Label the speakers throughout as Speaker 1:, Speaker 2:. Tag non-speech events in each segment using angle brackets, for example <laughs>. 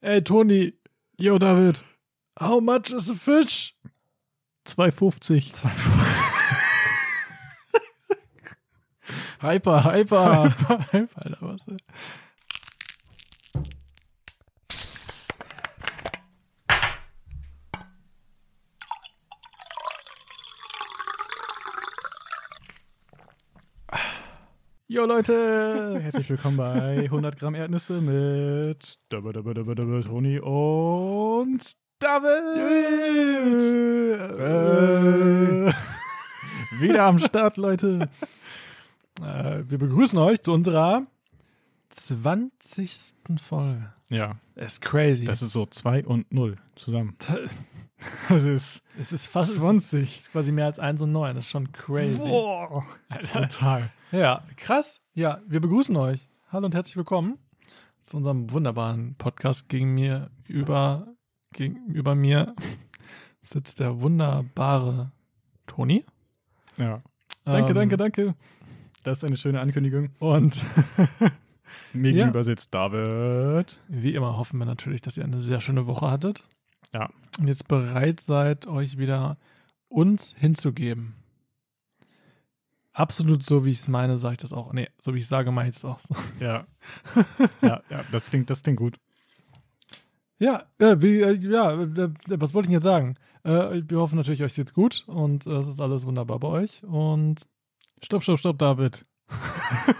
Speaker 1: Ey, Toni. Yo, David. How much is a fish?
Speaker 2: 2,50. <laughs>
Speaker 1: Hyper, hyper.
Speaker 2: Alter, was? ey. Yo Leute, herzlich willkommen bei 100 Gramm Erdnüsse mit Dabba Dabba Dabba Dabba Toni und David. Äh, Wieder am Start, Leute. Äh, wir begrüßen euch zu unserer
Speaker 1: 20. Folge.
Speaker 2: ja,
Speaker 1: Das ist crazy.
Speaker 2: Das ist so 2 und 0 zusammen.
Speaker 1: Das-
Speaker 2: Das ist
Speaker 1: es ist fast
Speaker 2: 20.
Speaker 1: ist quasi mehr als 1 und 9. Das ist schon crazy.
Speaker 2: Boah. Total.
Speaker 1: Ja, krass. Ja, wir begrüßen euch. Hallo und herzlich willkommen zu unserem wunderbaren Podcast. Gegen mir über gegenüber mir <laughs> sitzt der wunderbare Toni. Ähm,
Speaker 2: Ja. Danke, danke, danke. Das ist eine schöne Ankündigung.
Speaker 1: Und
Speaker 2: Mir
Speaker 1: Ja.
Speaker 2: gegenüber sitzt David.
Speaker 1: wie immer hoffen wir natürlich, dass ihr eine sehr schöne Woche hattet.
Speaker 2: Ja.
Speaker 1: Und jetzt bereit seid, euch wieder uns hinzugeben. Absolut so, wie ich es meine, sage ich das auch. Nee, so wie ich sage, meine ich es auch so. <laughs>
Speaker 2: Ja. ja, ja, das klingt, das klingt gut.
Speaker 1: Ja, äh, wie, äh, ja, äh, äh, was wollte ich denn jetzt sagen? Äh, wir hoffen natürlich, euch geht's gut und äh, es ist alles wunderbar bei euch. Und
Speaker 2: Stopp, stopp, stopp, David. <laughs>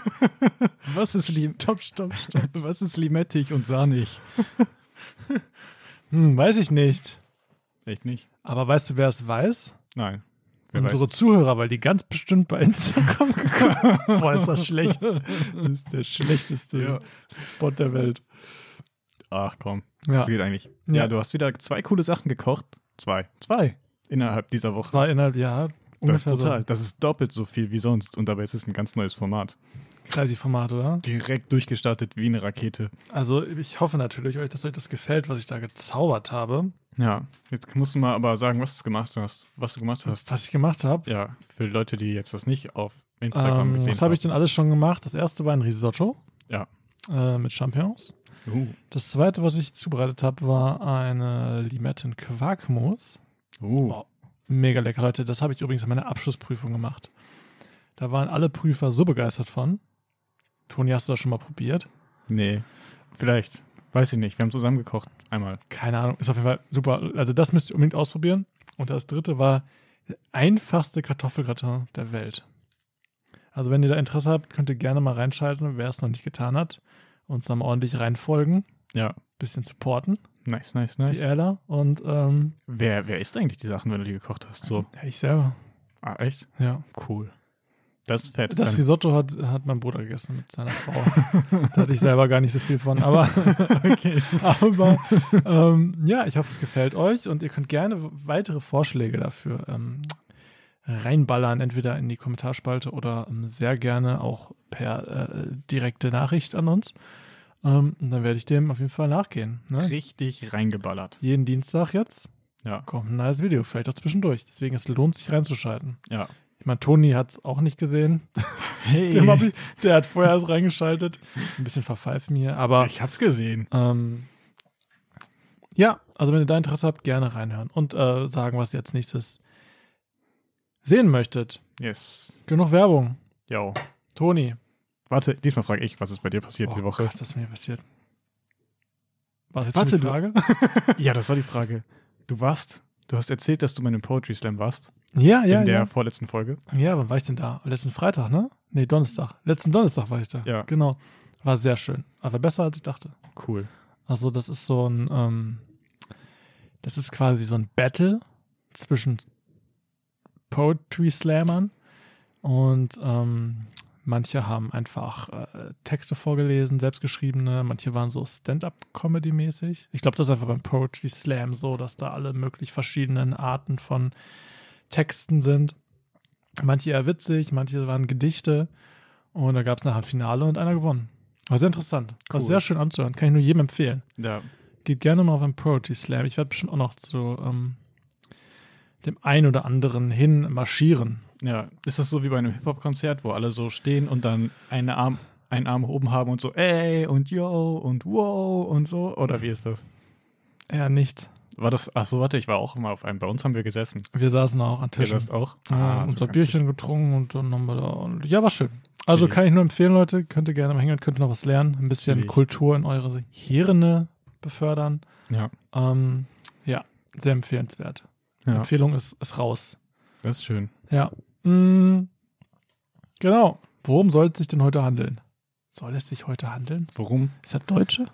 Speaker 2: was, ist Lim
Speaker 1: stopp, stopp, stopp.
Speaker 2: was ist limettig und sahnig?
Speaker 1: Hm, weiß ich nicht.
Speaker 2: Echt nicht?
Speaker 1: Aber weißt du, wer es weiß?
Speaker 2: Nein.
Speaker 1: Unsere Zuhörer, weil die ganz bestimmt bei Instagram <laughs> gekommen Boah, ist das schlecht. Das ist <laughs> der schlechteste
Speaker 2: Ja.
Speaker 1: Spot der Welt.
Speaker 2: Ach komm,
Speaker 1: Ja,
Speaker 2: das geht eigentlich.
Speaker 1: Ja.
Speaker 2: Ja. du hast wieder zwei coole Sachen gekocht. Zwei. Zwei. Innerhalb dieser Woche.
Speaker 1: das war innerhalb, ja,
Speaker 2: Das ist
Speaker 1: ungefähr so
Speaker 2: brutal.
Speaker 1: ein
Speaker 2: Das ist doppelt so viel wie sonst. Und dabei ist es ein ganz neues Format.
Speaker 1: crazy Format, oder?
Speaker 2: Direkt durchgestartet wie eine Rakete.
Speaker 1: Also ich hoffe natürlich, euch, dass euch das gefällt, was ich da gezaubert habe,
Speaker 2: Ja. Jetzt musst du mal aber sagen, was du gemacht hast. Was du gemacht hast.
Speaker 1: was ich gemacht habe.
Speaker 2: Ja, für Leute, die jetzt das nicht auf Instagram
Speaker 1: Ähm,
Speaker 2: gesehen
Speaker 1: was habe ich denn alles schon gemacht? Das erste war ein Risotto.
Speaker 2: Ja.
Speaker 1: Äh, mit Champignons.
Speaker 2: haben.
Speaker 1: Das zweite, was ich zubereitet habe, war eine Limetten Quarkmus.
Speaker 2: Uh, uh.
Speaker 1: Wow. Mega lecker, Leute. Das habe ich übrigens in meiner Abschlussprüfung gemacht. Da waren alle Prüfer so begeistert von. Toni, hast du das schon mal probiert?
Speaker 2: Nee, vielleicht. Weiß ich nicht. Wir haben zusammen gekocht einmal.
Speaker 1: Keine Ahnung. Ist auf jeden Fall super. Also das müsst ihr unbedingt ausprobieren. Und das dritte war der einfachste Kartoffelgratin der Welt. Also wenn ihr da Interesse habt, könnt ihr gerne mal reinschalten, wer es noch nicht getan hat. Uns dann mal ordentlich reinfolgen.
Speaker 2: Ja.
Speaker 1: bisschen supporten,
Speaker 2: Nice, nice,
Speaker 1: die
Speaker 2: nice.
Speaker 1: Erla. Und ähm,
Speaker 2: Wer, wer isst eigentlich die Sachen, wenn du die gekocht hast? So.
Speaker 1: ja, ich selber.
Speaker 2: Ah, echt?
Speaker 1: Ja.
Speaker 2: Cool. Das ist fett.
Speaker 1: Das
Speaker 2: Dann-
Speaker 1: Risotto hat, hat mein Bruder gegessen mit seiner Frau. da hatte ich selber gar nicht so viel von.
Speaker 2: <laughs>
Speaker 1: Aber, aber ähm, ja, ich hoffe, es gefällt euch und ihr könnt gerne weitere Vorschläge dafür ähm, reinballern, entweder in die Kommentarspalte oder ähm, sehr gerne auch per äh, direkte Nachricht an uns. Ähm, und dann werde ich dem auf jeden Fall nachgehen. Ne?
Speaker 2: richtig reingeballert.
Speaker 1: Jeden Dienstag jetzt.
Speaker 2: Ja,
Speaker 1: kommt ein neues Video, vielleicht auch zwischendurch. Deswegen, es lohnt sich reinzuschalten.
Speaker 2: ja.
Speaker 1: Ich meine, Toni hat es auch nicht gesehen.
Speaker 2: Hey.
Speaker 1: <laughs> Der, Mappi, der hat vorher erst reingeschaltet. Ein bisschen verpfeifen hier, aber
Speaker 2: Ah, ich hab's gesehen.
Speaker 1: ähm, ja, also wenn ihr da Interesse habt, gerne reinhören und äh, sagen, was ihr als nächstes sehen möchtet.
Speaker 2: Yes.
Speaker 1: Genug Werbung.
Speaker 2: Jo.
Speaker 1: Toni.
Speaker 2: Warte, diesmal frage ich, was ist bei dir passiert die
Speaker 1: Oh
Speaker 2: Woche?
Speaker 1: Gott, was ist mir passiert? War das jetzt schon
Speaker 2: Warte,
Speaker 1: die
Speaker 2: du- <laughs>
Speaker 1: Frage?
Speaker 2: Ja, das war die Frage. Du warst, du hast erzählt, dass du bei einem Poetry Slam warst.
Speaker 1: Ja, ja,
Speaker 2: in der
Speaker 1: ja.
Speaker 2: vorletzten Folge.
Speaker 1: Ja, wann war ich denn da? Letzten Freitag, ne? Nee, Donnerstag. Letzten Donnerstag war ich da.
Speaker 2: Ja.
Speaker 1: Genau. War sehr schön. Aber besser, als ich dachte.
Speaker 2: Cool.
Speaker 1: Also, das ist so ein, ähm, das ist quasi so ein Battle zwischen Poetry Slammern und ähm, manche haben einfach äh, Texte vorgelesen, selbstgeschriebene, manche waren so Stand-up-Comedy-mäßig. Ich glaube, das ist einfach beim Poetry Slam so, dass da alle möglich verschiedenen Arten von Texten sind. Manche eher witzig, manche waren Gedichte und da gab es nachher ein Finale und einer gewonnen. War sehr interessant. War
Speaker 2: Cool.
Speaker 1: sehr schön anzuhören. Kann ich nur jedem empfehlen.
Speaker 2: Ja.
Speaker 1: Geht gerne mal auf einen Priority Slam. Ich werde bestimmt auch noch zu ähm, dem einen oder anderen hin marschieren.
Speaker 2: Ja, ist das so wie bei einem Hip-Hop-Konzert, wo alle so stehen und dann eine Arm, einen Arm oben haben und so, ey und yo und wow und so? Oder wie ist das?
Speaker 1: Ja, nicht.
Speaker 2: War das, ach so, warte, ich war auch immer auf einem, bei uns haben wir gesessen.
Speaker 1: Wir saßen auch an
Speaker 2: Ihr
Speaker 1: Tischen.
Speaker 2: saßt auch?
Speaker 1: Ja,
Speaker 2: Ah, so
Speaker 1: unser
Speaker 2: ganz
Speaker 1: Bierchen getrunken und dann haben wir da. Und, ja, war schön. Also
Speaker 2: Chillig.
Speaker 1: kann ich nur empfehlen, Leute. Könnt ihr gerne mal hingehen, könnt ihr noch was lernen. Ein bisschen
Speaker 2: Chillig.
Speaker 1: Kultur in eure Hirne befördern.
Speaker 2: tief. Ja,
Speaker 1: Ähm, ja, sehr empfehlenswert.
Speaker 2: ja
Speaker 1: Empfehlung ist, ist raus.
Speaker 2: das ist schön.
Speaker 1: Ja. Mm, genau. Worum soll es sich denn heute handeln? Soll es sich heute handeln?
Speaker 2: Warum?
Speaker 1: Ist das Deutsche?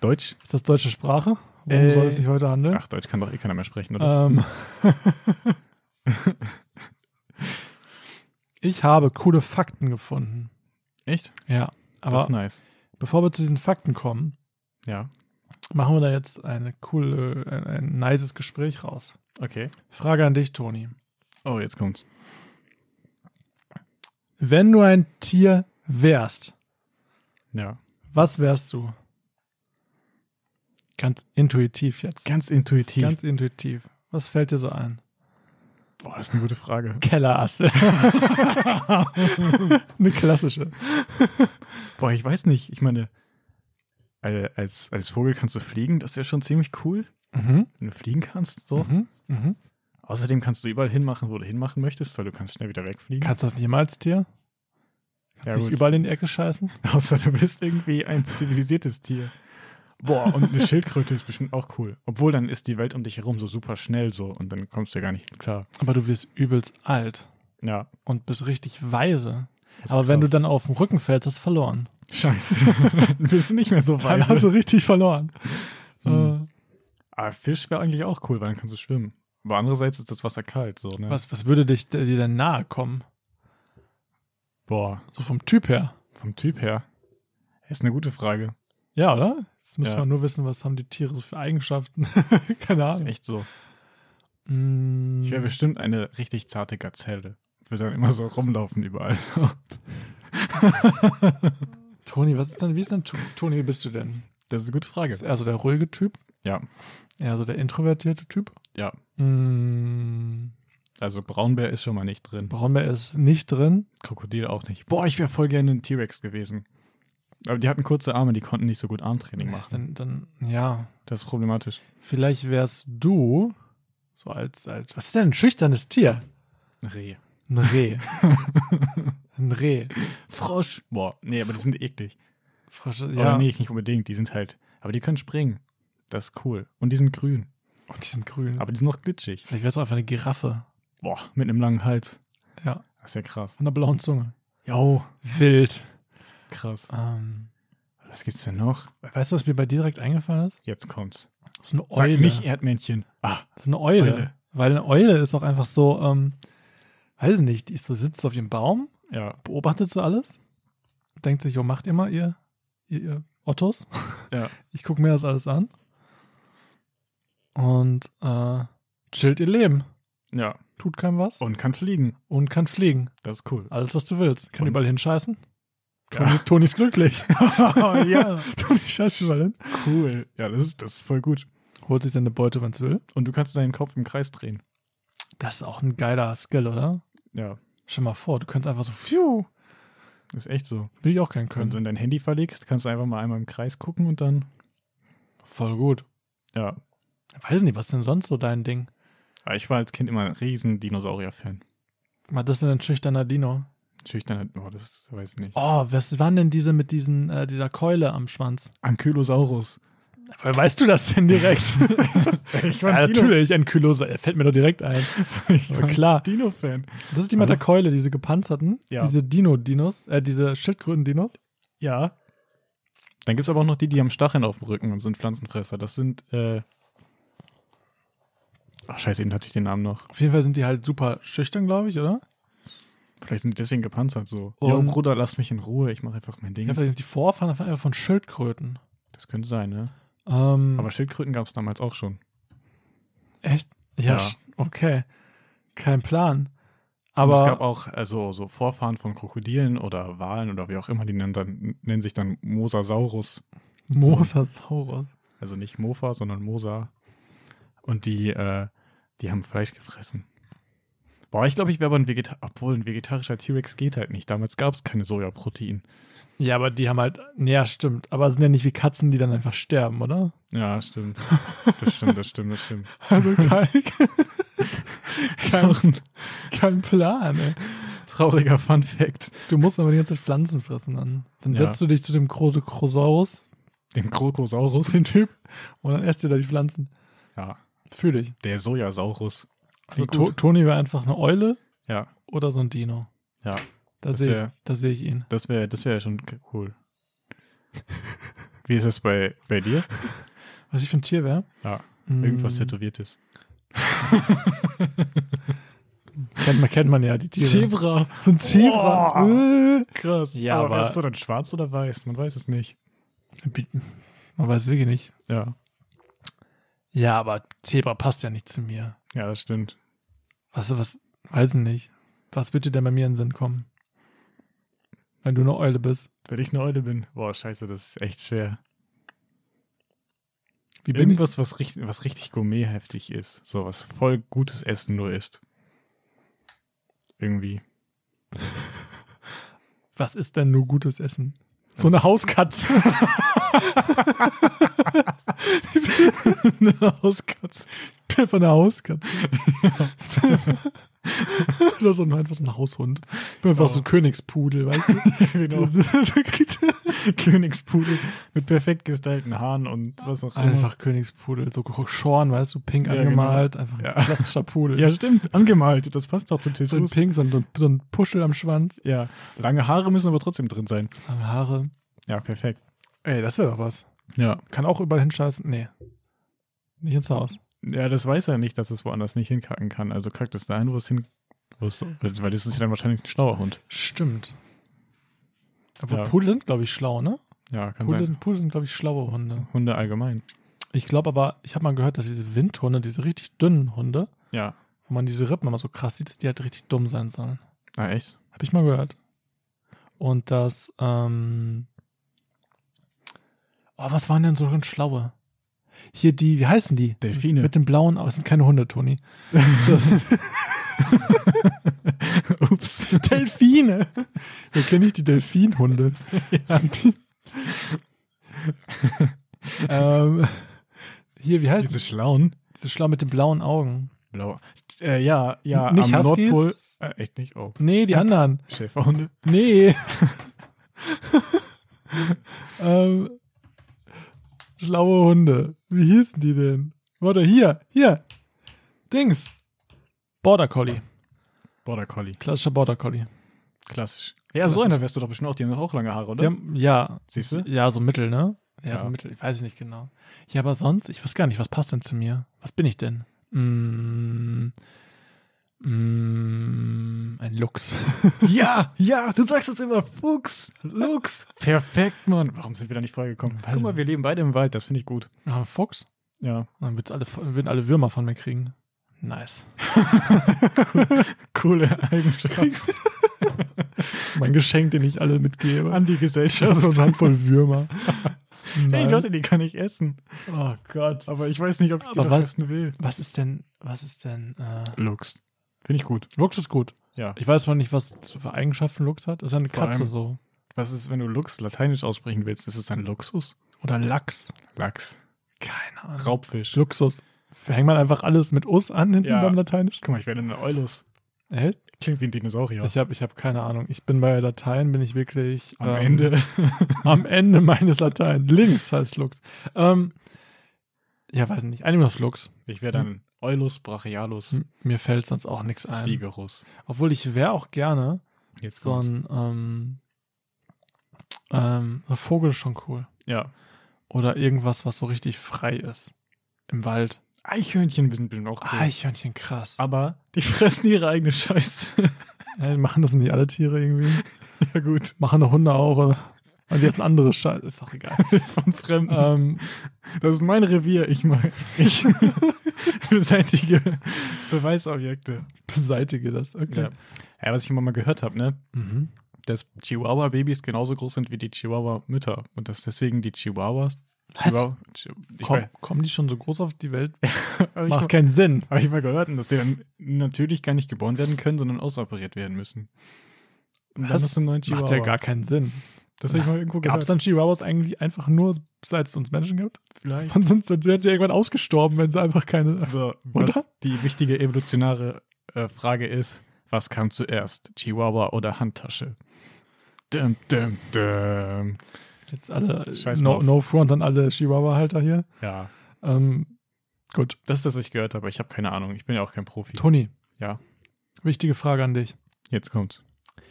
Speaker 2: Deutsch?
Speaker 1: Ist das deutsche Sprache? Worum
Speaker 2: Äh,
Speaker 1: soll es sich heute handeln?
Speaker 2: Ach, Deutsch kann doch eh keiner mehr sprechen, oder?
Speaker 1: Ähm,
Speaker 2: <laughs>
Speaker 1: ich habe coole Fakten gefunden.
Speaker 2: Echt?
Speaker 1: Ja,
Speaker 2: das
Speaker 1: Äh, aber
Speaker 2: ist nice.
Speaker 1: bevor wir zu diesen Fakten kommen,
Speaker 2: Ja,
Speaker 1: machen wir da jetzt eine coole, ein, ein nices Gespräch raus.
Speaker 2: okay.
Speaker 1: Frage an dich, Toni.
Speaker 2: Oh, jetzt kommt's.
Speaker 1: Wenn du ein Tier wärst,
Speaker 2: Ja.
Speaker 1: was wärst du? Ganz intuitiv jetzt.
Speaker 2: Ganz intuitiv.
Speaker 1: Ganz intuitiv. Was fällt dir so ein?
Speaker 2: boah, das ist eine gute Frage.
Speaker 1: Kellerasse. <laughs> eine klassische.
Speaker 2: Boah, ich weiß nicht. Ich meine, äh, als, als Vogel kannst du fliegen, das wäre schon ziemlich cool,
Speaker 1: Mhm.
Speaker 2: wenn du fliegen kannst. So.
Speaker 1: So. Mhm. Mhm.
Speaker 2: Außerdem kannst du überall hinmachen, wo du hinmachen möchtest, weil du kannst schnell wieder wegfliegen.
Speaker 1: Kannst du das nicht immer als Tier?
Speaker 2: Ja,
Speaker 1: Kannst du
Speaker 2: gut.
Speaker 1: nicht überall in die Ecke scheißen?
Speaker 2: <laughs> Außer du bist irgendwie ein zivilisiertes Tier. Boah, und eine Schildkröte ist bestimmt auch cool. Obwohl, dann ist die Welt um dich herum so super schnell so und dann kommst du ja gar nicht klar.
Speaker 1: Aber du wirst übelst alt
Speaker 2: Ja.
Speaker 1: und bist richtig weise.
Speaker 2: das ist
Speaker 1: Aber wenn du
Speaker 2: krass.
Speaker 1: dann auf den Rücken fällst, hast du verloren.
Speaker 2: <laughs> Scheiße. du bist nicht mehr
Speaker 1: <laughs>
Speaker 2: so
Speaker 1: Dann hast
Speaker 2: weise.
Speaker 1: du richtig verloren.
Speaker 2: Hm.
Speaker 1: Äh,
Speaker 2: Aber Ah, Fisch wäre eigentlich auch cool, weil dann kannst du schwimmen. Aber andererseits ist das Wasser kalt, so, ne?
Speaker 1: Äh, was, was würde dich dir denn nahe kommen?
Speaker 2: Boah,
Speaker 1: So vom Typ her.
Speaker 2: vom Typ her. Ist eine gute Frage.
Speaker 1: Ja, oder? Jetzt müssen
Speaker 2: Ja.
Speaker 1: wir nur wissen, was haben die Tiere so für Eigenschaften. <laughs> Keine
Speaker 2: Ist
Speaker 1: Ahnung.
Speaker 2: echt so.
Speaker 1: Mm.
Speaker 2: Ich wäre bestimmt eine richtig zarte Gazelle. Würde dann immer so rumlaufen überall. So.
Speaker 1: Toni, was ist denn, wie ist denn Tu- Toni, wie bist du denn?
Speaker 2: Das ist eine gute Frage.
Speaker 1: Ist er so der ruhige Typ?
Speaker 2: Ja.
Speaker 1: Eher so der introvertierte Typ?
Speaker 2: Ja.
Speaker 1: Mm.
Speaker 2: Also Braunbär ist schon mal nicht drin.
Speaker 1: Braunbär ist nicht drin.
Speaker 2: Krokodil auch nicht. Boah, ich wäre voll gerne ein T-Rex gewesen. Aber die hatten kurze Arme, die konnten nicht so gut Armtraining machen.
Speaker 1: Dann, dann ja,
Speaker 2: Das ist problematisch.
Speaker 1: vielleicht wärst du so als, als was ist denn ein schüchternes Tier?
Speaker 2: Ein Reh.
Speaker 1: Ein
Speaker 2: <laughs>
Speaker 1: Reh. ein Reh.
Speaker 2: Frosch. Boah, nee, aber die sind eklig.
Speaker 1: Frosche,
Speaker 2: Ja.
Speaker 1: ja.
Speaker 2: Oder nee, nicht unbedingt. Die sind halt, aber die können springen. Das ist cool. Und die sind grün.
Speaker 1: Und die sind grün.
Speaker 2: Aber die sind noch glitschig.
Speaker 1: vielleicht wärst du einfach eine Giraffe.
Speaker 2: Boah, mit einem langen Hals.
Speaker 1: Ja.
Speaker 2: Das ist ja krass.
Speaker 1: Und einer blauen Zunge.
Speaker 2: Jo,
Speaker 1: Wild.
Speaker 2: krass.
Speaker 1: Ähm,
Speaker 2: Was gibt's denn noch?
Speaker 1: weißt du, was mir bei dir direkt eingefallen ist?
Speaker 2: Jetzt kommt's.
Speaker 1: Das ist eine
Speaker 2: Sag
Speaker 1: Eule.
Speaker 2: nicht Erdmännchen. Ah,
Speaker 1: das ist eine Eule.
Speaker 2: Eule.
Speaker 1: Weil eine Eule ist auch einfach so, ähm, weiß nicht, die ist so, sitzt auf ihrem Baum,
Speaker 2: ja,
Speaker 1: beobachtet so alles, denkt sich, jo, macht immer ihr, ihr, ihr Ottos.
Speaker 2: Ja.
Speaker 1: <laughs> Ich gucke mir das alles an. Und äh, chillt ihr Leben.
Speaker 2: ja.
Speaker 1: Tut keinem was
Speaker 2: Und kann fliegen.
Speaker 1: und kann fliegen.
Speaker 2: Das ist cool.
Speaker 1: Alles, was du willst. Kann
Speaker 2: Und-
Speaker 1: überall hinscheißen. Toni,
Speaker 2: Ja.
Speaker 1: Toni ist glücklich.
Speaker 2: <laughs> Oh, ja.
Speaker 1: <laughs> Toni scheißt überall hin.
Speaker 2: Cool. Ja, das ist, das ist voll gut.
Speaker 1: Holt sich seine Beute, wenn es will.
Speaker 2: Und du kannst deinen Kopf im Kreis drehen.
Speaker 1: Das ist auch ein geiler Skill, oder?
Speaker 2: Ja,
Speaker 1: Stell mal vor, du könntest einfach so, pfiuh,
Speaker 2: ist echt so.
Speaker 1: will ich auch gern
Speaker 2: Wenn
Speaker 1: können.
Speaker 2: du in dein Handy verlegst, kannst du einfach mal einmal im Kreis gucken und dann,
Speaker 1: Voll gut.
Speaker 2: ja.
Speaker 1: Weiß nicht, was ist denn sonst so dein Ding?
Speaker 2: Aber ich war als Kind immer ein riesen Dinosaurier-Fan.
Speaker 1: Mal das denn ein schüchterner Dino?
Speaker 2: Schüchtern, oh, das weiß ich nicht.
Speaker 1: Oh, was waren denn diese mit diesen, äh, dieser Keule am Schwanz?
Speaker 2: <laughs> Ankylosaurus.
Speaker 1: Woher weißt du das denn <laughs> direkt?
Speaker 2: Ich
Speaker 1: ja, natürlich, ein Kylosa. Fällt mir doch direkt ein.
Speaker 2: Ich
Speaker 1: Aber klar. Also-
Speaker 2: Dino-Fan.
Speaker 1: Das ist die mit
Speaker 2: Hallo?
Speaker 1: der Keule, diese gepanzerten.
Speaker 2: Ja.
Speaker 1: Diese Dino-Dinos, äh, diese Schildkröten-Dinos.
Speaker 2: Ja. Dann gibt es aber auch noch die, die haben Stacheln auf dem Rücken und sind Pflanzenfresser. Das sind, äh. Ach, scheiße, eben hatte ich den Namen noch.
Speaker 1: Auf jeden Fall sind die halt super schüchtern, glaube ich, oder?
Speaker 2: Vielleicht sind die deswegen gepanzert so.
Speaker 1: Und-
Speaker 2: Jo, Bruder, lass mich in Ruhe. Ich mache einfach mein Ding.
Speaker 1: Ja, vielleicht sind die Vorfahren einfach einfach von Schildkröten.
Speaker 2: Das könnte sein, ne?
Speaker 1: Ähm,
Speaker 2: Aber Schildkröten gab es damals auch schon.
Speaker 1: echt? Ja,
Speaker 2: Ja.
Speaker 1: sch- okay. Kein Plan.
Speaker 2: Aber es
Speaker 1: Aber
Speaker 2: gab auch also, so Vorfahren von Krokodilen oder Walen oder wie auch immer, die nennen, dann, nennen sich dann Mosasaurus.
Speaker 1: Mosasaurus.
Speaker 2: Also nicht Mofa, sondern Mosa. Und die, äh, die haben Fleisch gefressen. Boah, ich glaube, ich wäre aber ein Vegetarier. Obwohl, ein vegetarischer T-Rex geht halt nicht. Damals gab es keine Sojaprotein.
Speaker 1: Ja, aber die haben halt. Nee, ja, stimmt. Aber sind ja nicht wie Katzen, die dann einfach sterben, oder?
Speaker 2: Ja, stimmt. <laughs> Das stimmt, das stimmt, das stimmt.
Speaker 1: <laughs> Also kein,
Speaker 2: Ist auch ein
Speaker 1: kein Plan. Ey.
Speaker 2: trauriger Fun-Fact.
Speaker 1: Du musst aber die ganze Zeit Pflanzen fressen dann. Dann
Speaker 2: Ja.
Speaker 1: setzt du dich zu dem Krotochrosaurus,
Speaker 2: Dem Krokosaurus.
Speaker 1: den Typ, und dann esst ihr da die Pflanzen.
Speaker 2: Ja,
Speaker 1: Fühl dich.
Speaker 2: der Sojasaurus.
Speaker 1: Also
Speaker 2: Klingt
Speaker 1: to
Speaker 2: gut.
Speaker 1: Toni wäre einfach eine Eule
Speaker 2: Ja,
Speaker 1: oder so ein Dino.
Speaker 2: Ja,
Speaker 1: Da
Speaker 2: das
Speaker 1: sehe ich,
Speaker 2: wär-
Speaker 1: da seh ich ihn.
Speaker 2: das wäre das wär schon k- <laughs> cool. Wie ist es bei, bei dir?
Speaker 1: Was ich für ein Tier wäre?
Speaker 2: Ja,
Speaker 1: Mm,
Speaker 2: irgendwas Tätowiertes.
Speaker 1: Kennt man, kennt man ja, die Tiere.
Speaker 2: Zebra.
Speaker 1: So ein Zebra. Äh.
Speaker 2: Krass.
Speaker 1: Ja,
Speaker 2: Oh. Ja, aber,
Speaker 1: aber-
Speaker 2: ist du dann schwarz oder weiß? Man weiß es nicht.
Speaker 1: Äh. Man weiß es wirklich nicht.
Speaker 2: Ja,
Speaker 1: Ja, aber Zebra passt ja nicht zu mir.
Speaker 2: ja, das stimmt.
Speaker 1: Was, was, weiß ich nicht. Was wird dir denn bei mir in den Sinn kommen? Wenn du eine Eule bist.
Speaker 2: Wenn ich eine Eule bin, boah, scheiße, das ist echt schwer.
Speaker 1: Wie bin ich?
Speaker 2: Irgendwas, was richtig, was richtig gourmet-heftig ist. So was voll gutes Essen nur ist. <laughs> Irgendwie.
Speaker 1: Was ist denn nur gutes Essen? So eine Hauskatze. <laughs> eine Hauskatze. Ich bin einfach eine
Speaker 2: <laughs>
Speaker 1: Hauskatze. Oder so ein, einfach so ein Haushund. Ich bin einfach
Speaker 2: Ja.
Speaker 1: so ein Königspudel, weißt du?
Speaker 2: <laughs> Königspudel mit perfekt gestylten Haaren und was auch immer.
Speaker 1: einfach Königspudel. So geschoren, weißt du? Pink
Speaker 2: Ja,
Speaker 1: angemalt. Einfach ein
Speaker 2: Ja.
Speaker 1: klassischer Pudel.
Speaker 2: Ja, stimmt. Angemalt. Das passt doch zu
Speaker 1: so ein
Speaker 2: Tattoos.
Speaker 1: Pink, so ein, so ein Puschel am Schwanz.
Speaker 2: Ja. Lange Haare müssen aber trotzdem drin sein.
Speaker 1: Am Haare.
Speaker 2: Ja, perfekt.
Speaker 1: Ey, das wäre doch was.
Speaker 2: Ja.
Speaker 1: Kann auch überall hinscheißen. Nee. Nicht ins Haus.
Speaker 2: Ja, das weiß er nicht, dass es woanders nicht hinkacken kann. Also kackt es dahin, wo es hin. Wo es, weil das ist ja dann wahrscheinlich ein schlauer Hund.
Speaker 1: Stimmt. Aber
Speaker 2: Ja.
Speaker 1: Pudel sind, glaube ich, schlau, ne?
Speaker 2: Ja, kann
Speaker 1: Pudel
Speaker 2: sein.
Speaker 1: sind, Pudel sind glaube ich, schlaue Hunde.
Speaker 2: Hunde allgemein.
Speaker 1: Ich glaube aber, ich habe mal gehört, dass diese Windhunde, diese richtig dünnen Hunde,
Speaker 2: Ja.
Speaker 1: wo man diese Rippen immer so krass sieht, dass die halt richtig dumm sein sollen.
Speaker 2: Ah, echt?
Speaker 1: Habe ich mal gehört. Und dass, ähm. Oh, was waren denn so ganz schlaue? Hier die, wie heißen die?
Speaker 2: Delfine.
Speaker 1: Mit dem blauen, aber es sind keine Hunde, <laughs> Toni.
Speaker 2: <laughs> Ups.
Speaker 1: Delfine. Wir kennen nicht die Delfinhunde. <laughs> Die- ähm, hier, wie heißt
Speaker 2: Diese schlauen.
Speaker 1: diese Schlau mit den blauen Augen?
Speaker 2: Blau. Äh, ja, ja,
Speaker 1: Nicht
Speaker 2: am
Speaker 1: Huskies?
Speaker 2: Nordpol. Äh, echt nicht? Oh.
Speaker 1: Nee, die anderen.
Speaker 2: Schäferhunde.
Speaker 1: <laughs> Nee. ähm, schlaue Hunde. Wie hießen die denn? Warte, hier, hier. Dings. Border Collie.
Speaker 2: Border Collie.
Speaker 1: Klassischer Border Collie.
Speaker 2: Klassisch. Ja, so einer wärst du doch bestimmt auch. Die haben doch auch lange Haare,
Speaker 1: Die
Speaker 2: oder?
Speaker 1: haben, ja,
Speaker 2: Siehst du?
Speaker 1: Ja, so Mittel, ne? Ja,
Speaker 2: Ja.
Speaker 1: so Mittel. Ich weiß es nicht genau. Ja, aber sonst, ich weiß gar nicht, was passt denn zu mir? Was bin ich denn? Mm, mm, ein Luchs.
Speaker 2: <laughs>
Speaker 1: <laughs>
Speaker 2: Ja, ja, du sagst es immer. Fuchs, Luchs. Perfekt, Mann. Warum sind wir da nicht freigekommen?
Speaker 1: Weiß
Speaker 2: Guck mal,
Speaker 1: nicht.
Speaker 2: wir leben beide im Wald. Das finde ich gut.
Speaker 1: Ah, ein Fuchs?
Speaker 2: Ja.
Speaker 1: Dann wird's alle, würden alle Würmer von mir kriegen. Nice.
Speaker 2: <laughs> Coole Eigenschaft
Speaker 1: Das ist mein Geschenk, den ich alle mitgebe.
Speaker 2: an die Gesellschaft.
Speaker 1: so eine Handvoll Würmer.
Speaker 2: <laughs> Hey,
Speaker 1: Nein.
Speaker 2: Leute, die kann ich essen.
Speaker 1: oh Gott.
Speaker 2: Aber ich weiß nicht, ob ich die
Speaker 1: Aber
Speaker 2: noch
Speaker 1: was-
Speaker 2: essen will.
Speaker 1: Was ist denn, was ist denn, äh,
Speaker 2: Luchs. Finde ich gut.
Speaker 1: Luchs ist gut.
Speaker 2: Ja.
Speaker 1: Ich weiß zwar nicht, was für Eigenschaften Luchs hat. Ist ja eine
Speaker 2: Vor
Speaker 1: Katze
Speaker 2: allem-
Speaker 1: so.
Speaker 2: Was ist, wenn du Luchs lateinisch aussprechen willst? Ist es dann Luxus?
Speaker 1: Oder Lachs.
Speaker 2: Lachs.
Speaker 1: Keine Ahnung.
Speaker 2: Raubfisch.
Speaker 1: Luxus. Hängt man einfach alles mit Us an hinten
Speaker 2: Ja.
Speaker 1: beim Lateinisch?
Speaker 2: Guck mal, ich werde eine Eulus.
Speaker 1: Echt?
Speaker 2: Klingt wie ein Dinosaurier.
Speaker 1: Ich habe ich hab keine Ahnung. Ich bin bei Latein, bin ich wirklich
Speaker 2: Am
Speaker 1: ähm,
Speaker 2: Ende.
Speaker 1: am Ende meines Latein. Links heißt Lux. Ähm, ja, weiß nicht. Animus Lux.
Speaker 2: Ich wäre dann Eulus brachialus
Speaker 1: M- Mir fällt sonst auch nichts ein.
Speaker 2: figerus.
Speaker 1: Obwohl ich wäre auch gerne
Speaker 2: Jetzt
Speaker 1: ähm, so
Speaker 2: kommt's.
Speaker 1: ein ähm, ähm, ein Vogel ist schon cool.
Speaker 2: Ja.
Speaker 1: Oder irgendwas, was so richtig frei ist. Im Wald. Ah,
Speaker 2: Eichhörnchen sind bestimmt auch cool.
Speaker 1: Eichhörnchen, krass.
Speaker 2: Aber
Speaker 1: <laughs>
Speaker 2: die fressen ihre eigene Scheiße. <laughs>
Speaker 1: Äh, machen das nicht alle Tiere irgendwie?
Speaker 2: ja, gut.
Speaker 1: Machen doch Hunde auch, oder? Und jetzt ein anderes Scheiß. Ist doch egal.
Speaker 2: Von Fremden.
Speaker 1: ähm,
Speaker 2: Das ist mein <laughs> Revier. Ich mal. Ich <laughs> beseitige Beweisobjekte.
Speaker 1: beseitige das, okay.
Speaker 2: Ja. ja, was ich immer mal gehört habe, ne?
Speaker 1: Mhm.
Speaker 2: Dass Chihuahua-Babys genauso groß sind wie die Chihuahua-Mütter. Und dass deswegen die Chihuahuas
Speaker 1: Was?
Speaker 2: Überhaupt- Ich
Speaker 1: Komm,
Speaker 2: weiß-
Speaker 1: kommen die schon so groß auf die Welt?
Speaker 2: aber ich
Speaker 1: Macht keinen Sinn.
Speaker 2: Habe ich mal gehört, und dass die dann natürlich gar nicht geboren werden können, sondern ausoperiert werden müssen. Und
Speaker 1: Was?
Speaker 2: dann hast du einen neuen Chihuahua. Oh
Speaker 1: Macht ja gar keinen Sinn.
Speaker 2: das habe ich mal irgendwo
Speaker 1: Gab es
Speaker 2: gehört.
Speaker 1: dann Chihuahuas eigentlich einfach nur, seit es uns Menschen gibt?
Speaker 2: vielleicht.
Speaker 1: Sonst, sonst wären sie irgendwann ausgestorben, wenn sie einfach keine. <laughs>
Speaker 2: So, was
Speaker 1: Oder?
Speaker 2: die wichtige evolutionäre äh, Frage ist, was kam zuerst, Chihuahua oder Handtasche? Dum, dum, dum.
Speaker 1: Jetzt alle.
Speaker 2: Scheiß
Speaker 1: no,
Speaker 2: drauf.
Speaker 1: no front an alle Chihuahua-Halter hier.
Speaker 2: Ja,
Speaker 1: Ähm, gut.
Speaker 2: das ist das, was ich gehört habe. Ich habe keine Ahnung. Ich bin ja auch kein Profi.
Speaker 1: Toni.
Speaker 2: Ja.
Speaker 1: Wichtige Frage an dich.
Speaker 2: Jetzt kommt's.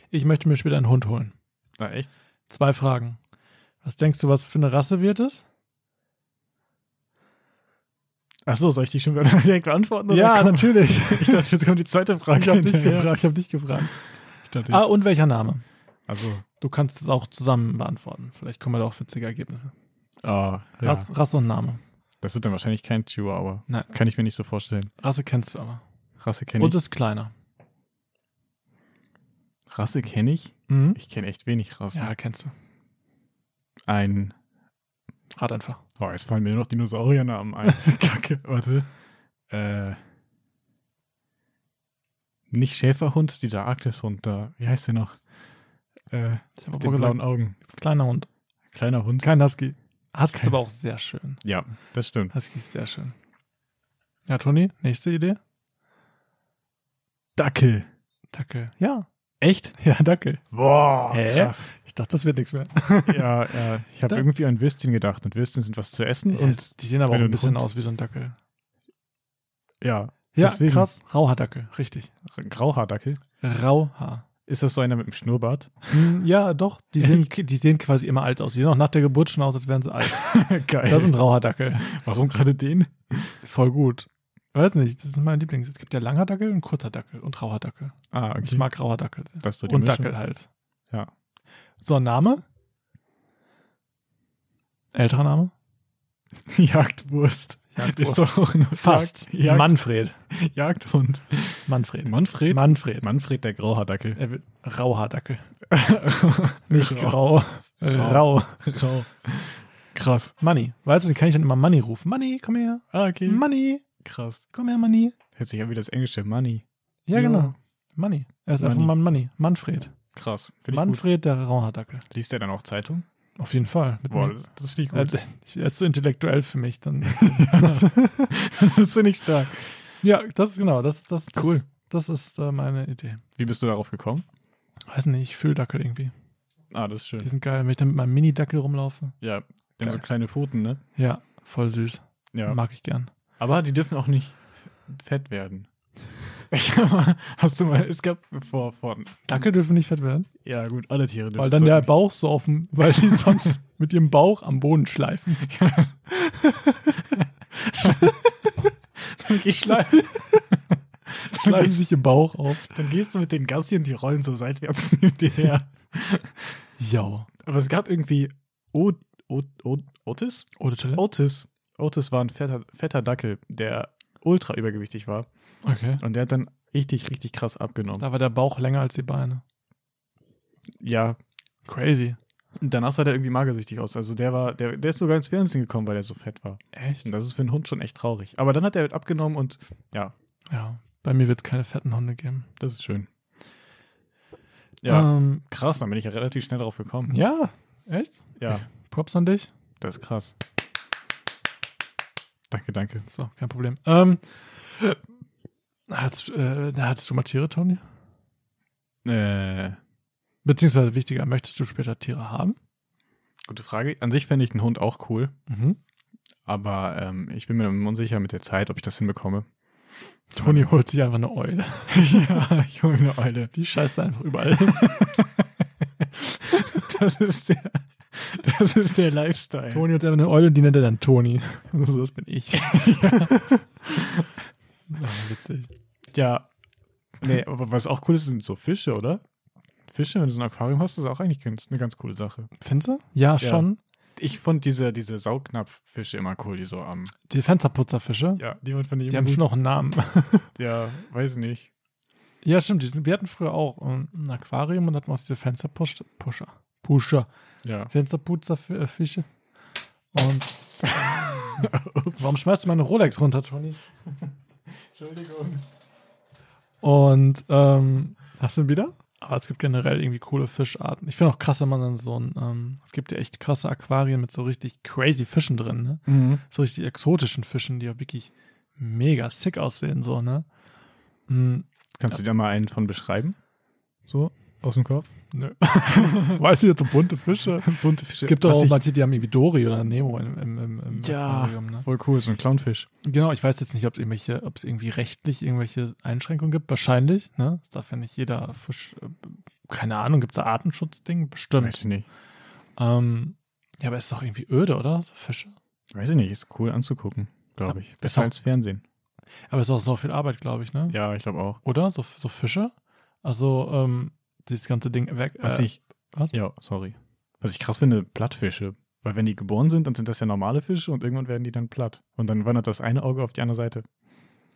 Speaker 1: Ich möchte mir später einen Hund holen.
Speaker 2: Na, echt?
Speaker 1: Zwei Fragen. Was denkst du, was für eine Rasse wird
Speaker 2: <laughs>
Speaker 1: es?
Speaker 2: Achso, soll ich die schon <laughs> direkt beantworten? Ja, natürlich.
Speaker 1: natürlich.
Speaker 2: <laughs> Ich dachte, jetzt kommt die zweite Frage.
Speaker 1: ich habe dich
Speaker 2: hinterher.
Speaker 1: gefragt. Ich habe dich gefragt.
Speaker 2: Ich dachte,
Speaker 1: Ah,
Speaker 2: jetzt-
Speaker 1: und welcher Name?
Speaker 2: also,
Speaker 1: Du kannst es auch zusammen beantworten. Vielleicht kommen wir da auf witzige Ergebnisse.
Speaker 2: ah, ja.
Speaker 1: Rass, Rasse und Name.
Speaker 2: Das wird dann wahrscheinlich kein Chihuahua.
Speaker 1: Nein.
Speaker 2: Kann ich mir nicht so vorstellen.
Speaker 1: Rasse kennst du aber.
Speaker 2: Rasse kenne
Speaker 1: und
Speaker 2: ich.
Speaker 1: ist kleiner.
Speaker 2: Rasse kenne ich?
Speaker 1: Mhm.
Speaker 2: Ich kenne echt wenig Rassen.
Speaker 1: Ja, kennst du.
Speaker 2: Ein.
Speaker 1: Rat einfach.
Speaker 2: Oh, jetzt fallen mir nur noch Dinosauriernamen ein. <laughs> Kacke, warte. Äh. Nicht Schäferhund, dieser Arktishund da. Wie heißt der noch? Äh,
Speaker 1: Ich habe
Speaker 2: mit
Speaker 1: aber
Speaker 2: den blauen
Speaker 1: gesagt,
Speaker 2: Augen.
Speaker 1: kleiner Hund.
Speaker 2: Kleiner Hund.
Speaker 1: Kein Husky. Husky ist
Speaker 2: Kein-
Speaker 1: aber auch sehr schön.
Speaker 2: Ja, das stimmt.
Speaker 1: Husky ist sehr schön. Ja, Toni, nächste Idee?
Speaker 2: Dackel.
Speaker 1: Dackel. Ja.
Speaker 2: Echt?
Speaker 1: <laughs> Ja, Dackel.
Speaker 2: Boah,
Speaker 1: Hä?
Speaker 2: krass.
Speaker 1: Ich dachte, das wird nichts mehr.
Speaker 2: Ja, ja. Ich habe
Speaker 1: Da-
Speaker 2: irgendwie an Würstchen gedacht. Und Würstchen sind was
Speaker 1: <laughs>
Speaker 2: zu essen. Und
Speaker 1: die sehen aber
Speaker 2: wenn
Speaker 1: auch
Speaker 2: du
Speaker 1: ein
Speaker 2: einen
Speaker 1: bisschen
Speaker 2: Hund-
Speaker 1: aus wie so ein Dackel.
Speaker 2: ja,
Speaker 1: Ja,
Speaker 2: Deswegen.
Speaker 1: krass. Rauhaar Dackel, richtig.
Speaker 2: Grauhaardackel.
Speaker 1: Rauhaar.
Speaker 2: Ist das so einer mit dem Schnurrbart?
Speaker 1: Hm, ja, doch. Die sehen, die sehen quasi immer alt aus. Die sehen auch nach der Geburt schon aus, als wären sie alt.
Speaker 2: <laughs>
Speaker 1: <laughs>
Speaker 2: Geil.
Speaker 1: Das sind Rauhaardackel.
Speaker 2: Warum gerade den?
Speaker 1: Voll gut. Weiß nicht, das ist mein Lieblings. Es gibt ja Langhaardackel und Kurzhaardackel und Rauhaardackel.
Speaker 2: Ah, okay.
Speaker 1: Ich mag Rauhaardackel. sehr.
Speaker 2: das ist so die
Speaker 1: Und
Speaker 2: Mischung.
Speaker 1: Dackel halt.
Speaker 2: Ja.
Speaker 1: So, Name? Älterer Name?
Speaker 2: <laughs> Jagdwurst. <laughs> Ist doch auch eine
Speaker 1: <laughs> Fast.
Speaker 2: Jagd, Jagd,
Speaker 1: Manfred.
Speaker 2: Jagdhund.
Speaker 1: Manfred.
Speaker 2: Manfred?
Speaker 1: Manfred.
Speaker 2: Manfred, der Grauhaardackel.
Speaker 1: Er wird Rauhaardackel. Nicht
Speaker 2: <laughs> Nicht
Speaker 1: grau. Rau.
Speaker 2: Grau. Krass.
Speaker 1: Money. Weißt du, den kann ich dann immer Money rufen. Money, komm her.
Speaker 2: Ah, okay.
Speaker 1: Money,
Speaker 2: Krass.
Speaker 1: komm her, Money.
Speaker 2: Hört sich ja wie das englische Money.
Speaker 1: Ja,
Speaker 2: Ja.
Speaker 1: genau. Money. Er ist
Speaker 2: Money.
Speaker 1: einfach mal Money. Manfred.
Speaker 2: Krass. Finde ich gut.
Speaker 1: Manfred, der Rauhaardackel.
Speaker 2: Liest der dann auch Zeitung?
Speaker 1: Auf jeden Fall. Mit
Speaker 2: Boah,
Speaker 1: mir.
Speaker 2: das finde ich
Speaker 1: Äh,
Speaker 2: gut.
Speaker 1: ich- Er <laughs> ist so intellektuell für mich. Dann.
Speaker 2: <laughs> das finde ich stark.
Speaker 1: ja, das ist genau. Das, das, das,
Speaker 2: Cool.
Speaker 1: Das ist äh, meine Idee.
Speaker 2: Wie bist du darauf gekommen?
Speaker 1: Weiß nicht, ich fühle Dackel irgendwie.
Speaker 2: Ah, das ist schön.
Speaker 1: Die sind geil, wenn ich dann mit meinem Mini-Dackel rumlaufe.
Speaker 2: Ja, die haben so
Speaker 1: Geil.
Speaker 2: kleine Pfoten, ne?
Speaker 1: Ja, voll süß.
Speaker 2: Ja.
Speaker 1: Mag ich gern.
Speaker 2: Aber die dürfen auch nicht fett werden. Ich hab mal- Hast du mal, es gab vor, vor,
Speaker 1: Dackel dürfen nicht fett werden,
Speaker 2: ja gut, alle Tiere dürfen.
Speaker 1: weil dann der
Speaker 2: sollten-
Speaker 1: Bauch so offen, weil <laughs> die sonst mit ihrem Bauch am Boden <laughs> schleifen.
Speaker 2: dann, gehst du,
Speaker 1: Schleifen sich im Bauch auf.
Speaker 2: dann gehst du mit den Gassi und die rollen so seitwärts <laughs> neben dir her.
Speaker 1: Ja.
Speaker 2: Aber es gab irgendwie o, o, o, Otis?
Speaker 1: Oder Toilette?
Speaker 2: Otis. Otis war ein fetter, fetter Dackel, der ultra übergewichtig war.
Speaker 1: Okay.
Speaker 2: Und der hat dann richtig, richtig krass abgenommen.
Speaker 1: Da war der Bauch länger als die Beine.
Speaker 2: Ja,
Speaker 1: Crazy.
Speaker 2: und danach sah der irgendwie magersüchtig aus. Also der war, der, der ist sogar ins Fernsehen gekommen, weil der so fett war.
Speaker 1: Echt?
Speaker 2: Und das ist für einen Hund schon echt traurig. Aber dann hat er halt abgenommen und
Speaker 1: Ja. Bei mir wird es keine fetten Hunde geben.
Speaker 2: Das ist schön. Ja,
Speaker 1: Ähm,
Speaker 2: krass, dann bin ich ja relativ schnell drauf gekommen.
Speaker 1: ja. Echt?
Speaker 2: Ja,
Speaker 1: Props an dich.
Speaker 2: das ist krass. Danke, danke.
Speaker 1: So, kein Problem. Ähm, hattest, äh, hattest du mal Tiere, Toni?
Speaker 2: Äh,
Speaker 1: Beziehungsweise wichtiger, möchtest du später Tiere haben?
Speaker 2: gute Frage. An sich fände ich einen Hund auch cool,
Speaker 1: Mhm.
Speaker 2: aber ähm, ich bin mir unsicher mit der Zeit, ob ich das hinbekomme.
Speaker 1: Toni holt sich einfach eine Eule.
Speaker 2: <laughs> ja, ich hole eine Eule.
Speaker 1: Die scheißt einfach überall.
Speaker 2: Das ist der, das ist der
Speaker 1: <laughs>
Speaker 2: Lifestyle.
Speaker 1: Toni holt sich einfach eine Eule und die nennt er dann Toni. Also so, das bin <laughs> ich. Ach, Ah, witzig.
Speaker 2: Ja. Nee, aber was auch cool ist, sind so Fische, oder? Fische, wenn du so ein Aquarium hast, ist auch eigentlich ganz, eine ganz coole Sache.
Speaker 1: Findest du? Ja,
Speaker 2: Ja.
Speaker 1: schon.
Speaker 2: Ich fand diese, diese Saugnapffische immer cool, die so am.
Speaker 1: Die Fensterputzerfische,
Speaker 2: Ja, die waren von
Speaker 1: die haben schon noch einen Namen.
Speaker 2: Ja, weiß nicht.
Speaker 1: Ja, stimmt. Die sind, wir hatten früher auch ähm, ein Aquarium und hatten auch diese Fensterpusher. Pusher.
Speaker 2: Ja.
Speaker 1: Fensterputzerfische. <laughs> Und warum schmeißt du meine Rolex runter, Toni?
Speaker 2: Entschuldigung.
Speaker 1: Und ähm, hast du ihn wieder? Aber es gibt generell irgendwie coole Fischarten. Ich finde auch krass, wenn man dann so ein, ähm, es gibt ja echt krasse Aquarien mit so richtig crazy Fischen drin, ne?
Speaker 2: Mhm.
Speaker 1: so richtig exotischen Fischen, die ja wirklich mega sick aussehen, so, ne? Mm,
Speaker 2: Kannst du dir mal einen von beschreiben? So, aus dem <laughs> Kopf?
Speaker 1: nö. Weiß ich jetzt, so bunte Fische.
Speaker 2: <laughs> Bunte Fische.
Speaker 1: Es gibt doch
Speaker 2: Was
Speaker 1: auch
Speaker 2: ich-
Speaker 1: manche, die haben irgendwie Dory oder Nemo im, im, im, im
Speaker 2: Ja.
Speaker 1: Aquarium, ne?
Speaker 2: Voll cool, so ein Clownfisch.
Speaker 1: Genau, ich weiß jetzt nicht, ob es irgendwelche, ob es irgendwie rechtlich irgendwelche Einschränkungen gibt. Wahrscheinlich, ne? Es darf ja nicht jeder Fisch, äh, keine Ahnung, gibt es da Artenschutzding?
Speaker 2: Weiß
Speaker 1: Bestimmt.
Speaker 2: ich nicht.
Speaker 1: Ähm, ja, aber ist doch irgendwie öde, oder? So Fische.
Speaker 2: Weiß ich nicht, ist cool anzugucken, glaube ich. Besser
Speaker 1: auch-
Speaker 2: als Fernsehen.
Speaker 1: Aber es ist auch so viel Arbeit, glaube ich, ne?
Speaker 2: Ja, ich glaube auch.
Speaker 1: Oder? So, so Fische? Also, ähm, dieses ganze Ding weg.
Speaker 2: Was
Speaker 1: äh,
Speaker 2: ich.
Speaker 1: was?
Speaker 2: Ja, sorry. Was ich krass finde, Plattfische. Weil wenn die geboren sind, dann sind das ja normale Fische und irgendwann werden die dann platt. Und dann wandert das eine Auge auf die andere Seite.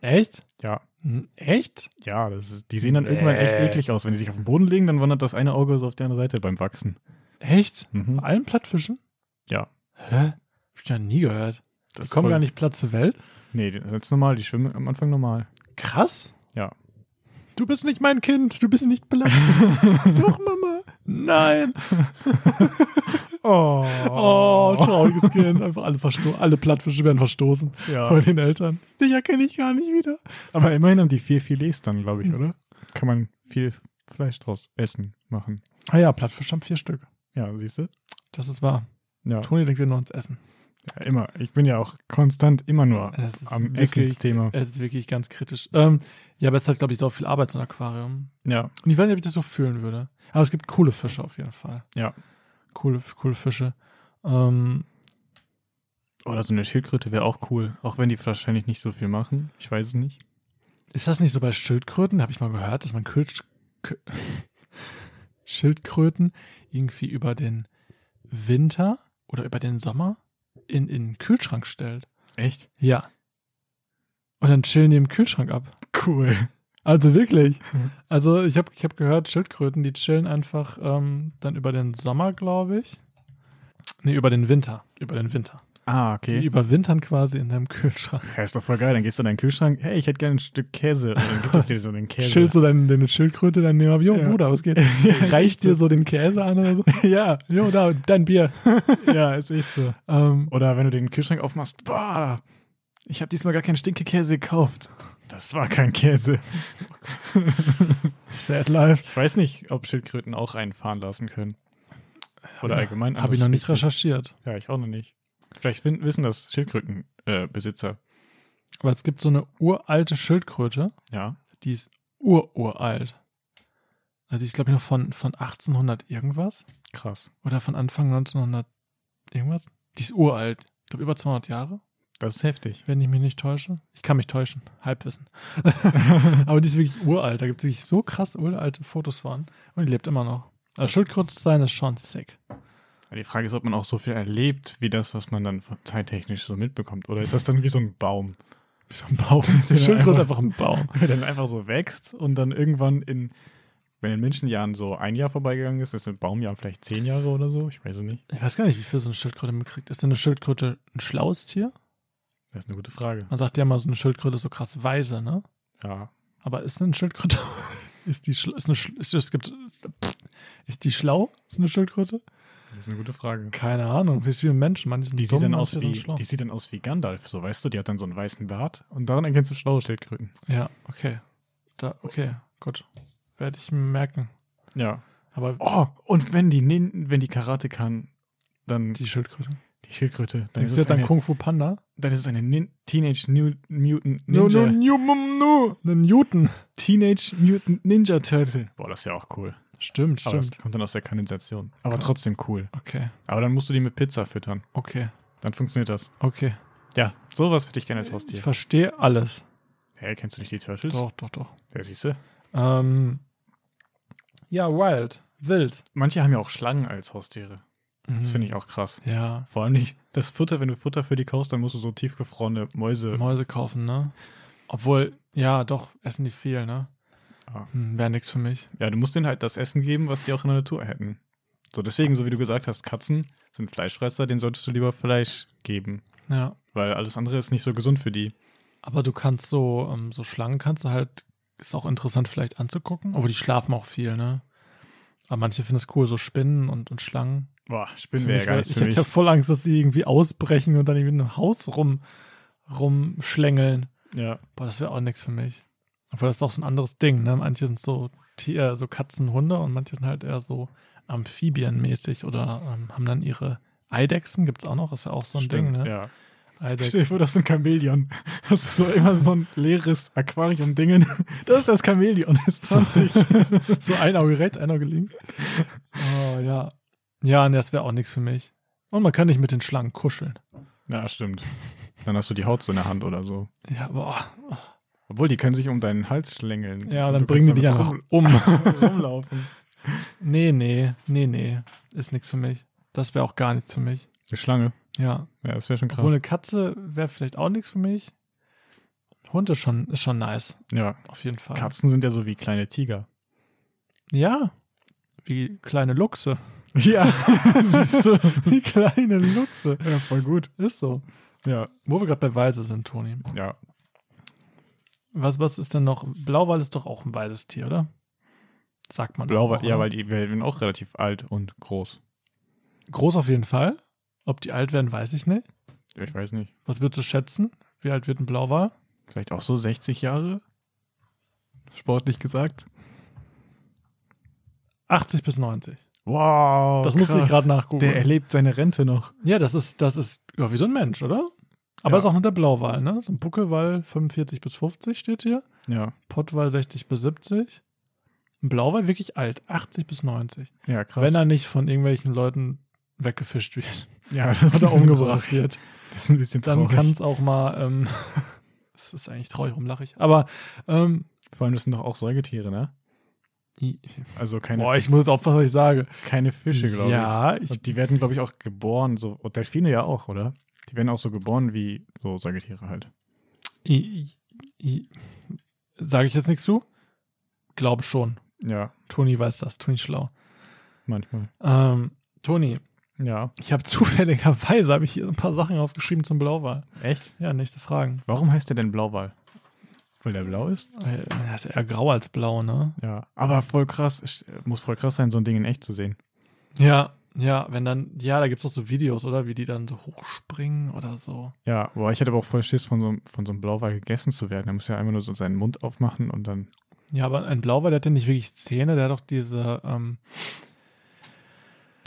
Speaker 1: Echt?
Speaker 2: Ja,
Speaker 1: N- Echt?
Speaker 2: ja, das ist, die sehen dann irgendwann echt
Speaker 1: Nee.
Speaker 2: eklig aus. Wenn die sich auf den Boden legen, dann wandert das eine Auge so auf die andere Seite beim Wachsen.
Speaker 1: Echt? Bei
Speaker 2: Mhm.
Speaker 1: allen Plattfischen?
Speaker 2: Ja.
Speaker 1: Hä? Hab ich ja nie gehört.
Speaker 2: Das
Speaker 1: die kommen
Speaker 2: voll-
Speaker 1: gar nicht platt zur Welt.
Speaker 2: Nee, das ist normal, die schwimmen am Anfang normal.
Speaker 1: Krass.
Speaker 2: Ja.
Speaker 1: Du bist nicht mein Kind, du bist nicht
Speaker 2: <laughs>
Speaker 1: platt. Doch, Mama. Nein.
Speaker 2: Oh,
Speaker 1: Oh, <laughs> trauriges Kind. Einfach alle, versto alle Plattfische werden verstoßen
Speaker 2: ja.
Speaker 1: von den Eltern. Dich erkenne ich gar nicht wieder.
Speaker 2: Aber immerhin haben die vier Filets dann, glaube
Speaker 1: Hm.
Speaker 2: ich, oder? Kann man viel Fleisch draus essen, machen.
Speaker 1: Ah ja, Plattfische haben vier Stück.
Speaker 2: Ja, siehst du?
Speaker 1: Das ist wahr.
Speaker 2: Ja.
Speaker 1: Toni denkt wir nur ans Essen.
Speaker 2: ja, immer. Ich bin ja auch konstant immer nur
Speaker 1: Es ist
Speaker 2: am
Speaker 1: wirklich-
Speaker 2: Essensthema.
Speaker 1: Es ist wirklich ganz kritisch. Ähm, ja, aber es hat, glaube ich, so viel Arbeit, so ein Aquarium.
Speaker 2: Ja,
Speaker 1: Und ich weiß nicht, ob ich das so fühlen würde. Aber es gibt coole Fische auf jeden Fall.
Speaker 2: Ja.
Speaker 1: Coole, coole Fische. Ähm,
Speaker 2: Oder Oh, so eine Schildkröte wäre auch cool, auch wenn die wahrscheinlich nicht so viel machen. Ich weiß es nicht.
Speaker 1: ist das nicht so bei Schildkröten? Habe ich mal gehört, dass man Kölsch, Kö- <laughs> Schildkröten irgendwie über den Winter oder über den Sommer in, in den Kühlschrank stellt.
Speaker 2: Echt?
Speaker 1: Ja. Und dann chillen die im Kühlschrank ab.
Speaker 2: Cool.
Speaker 1: Also wirklich.
Speaker 2: Mhm.
Speaker 1: Also ich habe ich hab gehört, Schildkröten, die chillen einfach ähm, dann über den Sommer, glaube ich. Nee, über den Winter. Über den Winter.
Speaker 2: Ah,
Speaker 1: Die
Speaker 2: okay.
Speaker 1: überwintern quasi in deinem Kühlschrank.
Speaker 2: Ja, ist doch voll geil. Dann gehst du in deinen Kühlschrank. Hey, ich hätte gerne ein Stück Käse. Und dann gibt es dir so
Speaker 1: <laughs>
Speaker 2: den Käse.
Speaker 1: Chillst du deine, deine Schildkröte dann neben, jo,
Speaker 2: <laughs> Ja.
Speaker 1: Bruder, was geht? Reicht dir so den Käse an oder so?
Speaker 2: ja,
Speaker 1: Jo, da, dein Bier.
Speaker 2: <laughs> ja, ist echt so.
Speaker 1: Ähm,
Speaker 2: Oder wenn du den Kühlschrank aufmachst, boah, ich habe diesmal gar keinen Stinkekäse gekauft. Das war kein Käse.
Speaker 1: sad life.
Speaker 2: Ich weiß nicht, ob Schildkröten auch einen fahren lassen können. Oder
Speaker 1: ich-
Speaker 2: allgemein.
Speaker 1: Habe ich
Speaker 2: andere
Speaker 1: noch nicht
Speaker 2: Spezies.
Speaker 1: recherchiert.
Speaker 2: Ja, ich auch noch nicht. Vielleicht fin- wissen das Schildkrötenbesitzer. Äh, Besitzer.
Speaker 1: Aber es gibt so eine uralte Schildkröte,
Speaker 2: ja.
Speaker 1: die ist ururalt. Also die ist, glaube ich, noch von, von 1800 irgendwas.
Speaker 2: Krass.
Speaker 1: Oder von Anfang 1900 irgendwas. Die ist uralt. Ich glaube, über 200 Jahre,
Speaker 2: Das ist heftig.
Speaker 1: wenn ich mich nicht täusche. Ich kann mich täuschen. Halbwissen. <laughs> Aber die ist wirklich uralt. Da gibt es wirklich so krass uralte Fotos von. Und die lebt immer noch. Als Schildkröte zu sein ist schon sick.
Speaker 2: Ja, Die Frage ist, ob man auch so viel erlebt, wie das, was man dann von- zeittechnisch so mitbekommt. Oder ist das dann wie so ein Baum, <laughs>
Speaker 1: Wie so ein Baum. <laughs>
Speaker 2: Den
Speaker 1: Schildkröte ist einfach
Speaker 2: einfach-
Speaker 1: ein Baum.
Speaker 2: der dann einfach so wächst und dann irgendwann in, wenn in Menschenjahren so ein Jahr vorbeigegangen ist, ist in Baumjahren vielleicht zehn Jahre oder so? Ich weiß es nicht.
Speaker 1: Ich weiß gar nicht, wie viel so eine Schildkröte mitkriegt. Ist denn eine Schildkröte ein schlaues Tier?
Speaker 2: Das ist eine gute Frage.
Speaker 1: Man sagt ja immer, so eine Schildkröte ist so krass weise, ne?
Speaker 2: Ja.
Speaker 1: Aber ist eine Schildkröte. <laughs> Ist die, schla- ist eine, schl- ist, es gibt, ist die schlau? Ist eine Schildkröte?
Speaker 2: Das ist eine gute Frage.
Speaker 1: Keine Ahnung, wie viele Menschen, manche sind
Speaker 2: Die
Speaker 1: dumm,
Speaker 2: sieht, dann
Speaker 1: manche
Speaker 2: aus
Speaker 1: sind
Speaker 2: wie,
Speaker 1: schlau.
Speaker 2: die sieht dann aus wie Gandalf, so weißt du, die hat dann so einen weißen Bart und daran erkennst du schlaue Schildkröten.
Speaker 1: Ja, okay. Da, okay, gut. Werde ich mir merken.
Speaker 2: Ja.
Speaker 1: Aber
Speaker 2: Oh, und wenn die, nin- wenn die Karate kann, dann die,
Speaker 1: die Schildkröte.
Speaker 2: Schildkröte, dann
Speaker 1: Denkst
Speaker 2: ist,
Speaker 1: du
Speaker 2: es
Speaker 1: jetzt an
Speaker 2: eine,
Speaker 1: Kung Fu Panda?
Speaker 2: dann ist es eine nin Teenage New Mutant Ninja.
Speaker 1: No, no, no, no, no, no, Newton.
Speaker 2: Teenage Mutant Ninja Turtle. Boah, das ist ja auch cool.
Speaker 1: Stimmt,
Speaker 2: Aber das
Speaker 1: stimmt.
Speaker 2: kommt dann aus der Kanalisation. Aber
Speaker 1: Krass.
Speaker 2: trotzdem cool.
Speaker 1: Okay,
Speaker 2: Aber dann musst du die mit Pizza füttern.
Speaker 1: okay,
Speaker 2: Dann funktioniert das.
Speaker 1: okay.
Speaker 2: Ja, sowas würde ich gerne als
Speaker 1: Ich
Speaker 2: Haustier.
Speaker 1: verstehe alles.
Speaker 2: Hä, kennst du nicht die Turtles?
Speaker 1: Doch, doch, doch.
Speaker 2: Ja, siehst du?
Speaker 1: Ähm, ja, wild, wild. Mhm.
Speaker 2: Manche haben ja auch Schlangen als Haustiere. Das finde ich auch krass.
Speaker 1: Ja,
Speaker 2: Vor allem nicht das Futter, wenn du Futter für die kaufst, dann musst du so tiefgefrorene Mäuse.
Speaker 1: Mäuse kaufen, ne? Obwohl, ja, doch, essen die viel, ne?
Speaker 2: Ah.
Speaker 1: Hm, Wäre nichts für mich.
Speaker 2: Ja, du musst denen halt das Essen geben, was die auch in der Natur hätten. So, deswegen, so wie du gesagt hast, Katzen sind Fleischfresser, denen solltest du lieber Fleisch geben,
Speaker 1: Ja.
Speaker 2: weil alles andere ist nicht so gesund für die.
Speaker 1: Aber du kannst so, ähm, so Schlangen kannst du halt, ist auch interessant vielleicht anzugucken. Aber die schlafen auch viel, ne? Aber manche finden es cool, so Spinnen und, und Schlangen.
Speaker 2: Boah, Spinnen
Speaker 1: Für
Speaker 2: wäre
Speaker 1: mich
Speaker 2: ja gar
Speaker 1: wär-
Speaker 2: nichts
Speaker 1: ich
Speaker 2: für
Speaker 1: hätte
Speaker 2: mich.
Speaker 1: ja voll Angst, dass sie irgendwie ausbrechen und dann irgendwie in einem Haus rum, rumschlängeln.
Speaker 2: Ja,
Speaker 1: Boah, das wäre auch nichts für mich. Obwohl, das ist auch so ein anderes Ding, ne? Manche sind so, Tier, äh, so Katzen, Hunde und manche sind halt eher so amphibienmäßig oder ähm, haben dann ihre Eidechsen, gibt's auch noch, ist ja auch so ein
Speaker 2: stimmt,
Speaker 1: Ding, ne?
Speaker 2: ja. Stell dir
Speaker 1: Eidechsen.
Speaker 2: vor, das ist ein Chamäleon. <laughs> Das ist so immer so ein leeres Aquarium-Dingen. <laughs> Das ist das Chamäleon, das ist 20.
Speaker 1: so ein Auge rechts, ein Auge links. Oh, ja. Ja, nee, das wäre auch nichts für mich. Und man kann nicht mit den Schlangen kuscheln.
Speaker 2: <laughs> Ja, stimmt. Dann hast du die Haut so in der Hand oder so.
Speaker 1: Ja, boah.
Speaker 2: Obwohl, die können sich um deinen Hals schlängeln.
Speaker 1: Ja,
Speaker 2: Und
Speaker 1: dann
Speaker 2: du
Speaker 1: bringen die
Speaker 2: kannst
Speaker 1: dich
Speaker 2: damit
Speaker 1: einfach um. <laughs>
Speaker 2: rum- <laughs> rumlaufen.
Speaker 1: Nee, nee, nee, nee. Ist nichts für mich. Das wäre auch gar nichts für mich.
Speaker 2: Eine Schlange.
Speaker 1: Ja.
Speaker 2: Ja, das wäre schon krass.
Speaker 1: Obwohl eine Katze wäre vielleicht auch nichts für mich. Hund ist schon, ist schon nice,
Speaker 2: ja,
Speaker 1: auf jeden Fall.
Speaker 2: Katzen sind ja so wie kleine Tiger.
Speaker 1: Ja. Wie kleine Luchse.
Speaker 2: <laughs> Ja, <laughs> siehst du.
Speaker 1: <laughs> Wie kleine Luchse.
Speaker 2: Ja, voll gut.
Speaker 1: Ist so.
Speaker 2: Ja,
Speaker 1: Wo wir gerade bei Weise sind, Toni.
Speaker 2: ja.
Speaker 1: Was, was ist denn noch? Blauwal ist doch auch ein weises Tier, oder? Sagt man.
Speaker 2: Blauwal,
Speaker 1: auch,
Speaker 2: ja,
Speaker 1: oder?
Speaker 2: weil die werden auch relativ alt und groß.
Speaker 1: Groß auf jeden Fall. Ob die alt werden, weiß ich nicht.
Speaker 2: Ich weiß nicht.
Speaker 1: Was würdest du schätzen? Wie alt wird ein Blauwal?
Speaker 2: Vielleicht auch so 60 Jahre? Sportlich gesagt.
Speaker 1: 80 bis 90.
Speaker 2: Wow.
Speaker 1: Das musste ich gerade nachgucken.
Speaker 2: Der erlebt seine Rente noch.
Speaker 1: Ja, das ist, das ist ja, wie so ein Mensch, oder? Aber
Speaker 2: Ja.
Speaker 1: ist auch nur der Blauwal, ne? So ein Buckelwal 45 bis 50 steht hier.
Speaker 2: Ja.
Speaker 1: Pottwal 60 bis 70. Ein Blauwal wirklich alt, 80 bis 90.
Speaker 2: Ja, krass.
Speaker 1: Wenn er nicht von irgendwelchen Leuten weggefischt wird <laughs>
Speaker 2: ja, das
Speaker 1: oder umgebracht
Speaker 2: wird.
Speaker 1: wird,
Speaker 2: Das ist ein bisschen
Speaker 1: dann
Speaker 2: traurig.
Speaker 1: kann es auch mal. Ähm, <laughs> das ist eigentlich traurig, warum lache ich? Aber ähm,
Speaker 2: Vor allem, das sind doch auch Säugetiere, ne?
Speaker 1: i-
Speaker 2: Also keine,
Speaker 1: boah, ich muss aufpassen, was ich sage.
Speaker 2: keine Fische, glaube
Speaker 1: ja,
Speaker 2: ich.
Speaker 1: ich.
Speaker 2: Und die werden, glaube ich, auch geboren, so. Und Delfine ja auch, oder? Die werden auch so geboren wie so Säugetiere halt.
Speaker 1: i- i- Sage ich jetzt nichts zu? Glaube schon.
Speaker 2: Ja,
Speaker 1: Toni weiß das, Toni ist schlau.
Speaker 2: manchmal.
Speaker 1: Ähm, Toni,
Speaker 2: Ja.
Speaker 1: ich habe <laughs> zufälligerweise hab ich hier so ein paar Sachen aufgeschrieben zum Blauwal.
Speaker 2: Echt?
Speaker 1: Ja, nächste Fragen.
Speaker 2: Warum heißt der denn Blauwal? Weil der blau ist?
Speaker 1: Äh, Er ist eher grau als blau, ne?
Speaker 2: Ja. Aber voll krass, sch- muss voll krass sein, so ein Ding in echt zu sehen.
Speaker 1: Ja, ja, wenn dann, ja, da gibt es auch so Videos, oder? Wie die dann so hochspringen oder so.
Speaker 2: Ja, boah, ich hätte aber auch voll Schiss, von so, einem- von so einem Blauwal gegessen zu werden. Er muss ja einmal nur so seinen Mund aufmachen und dann.
Speaker 1: Ja, aber ein Blauwal, der hat ja nicht wirklich Zähne, der hat doch diese, ähm,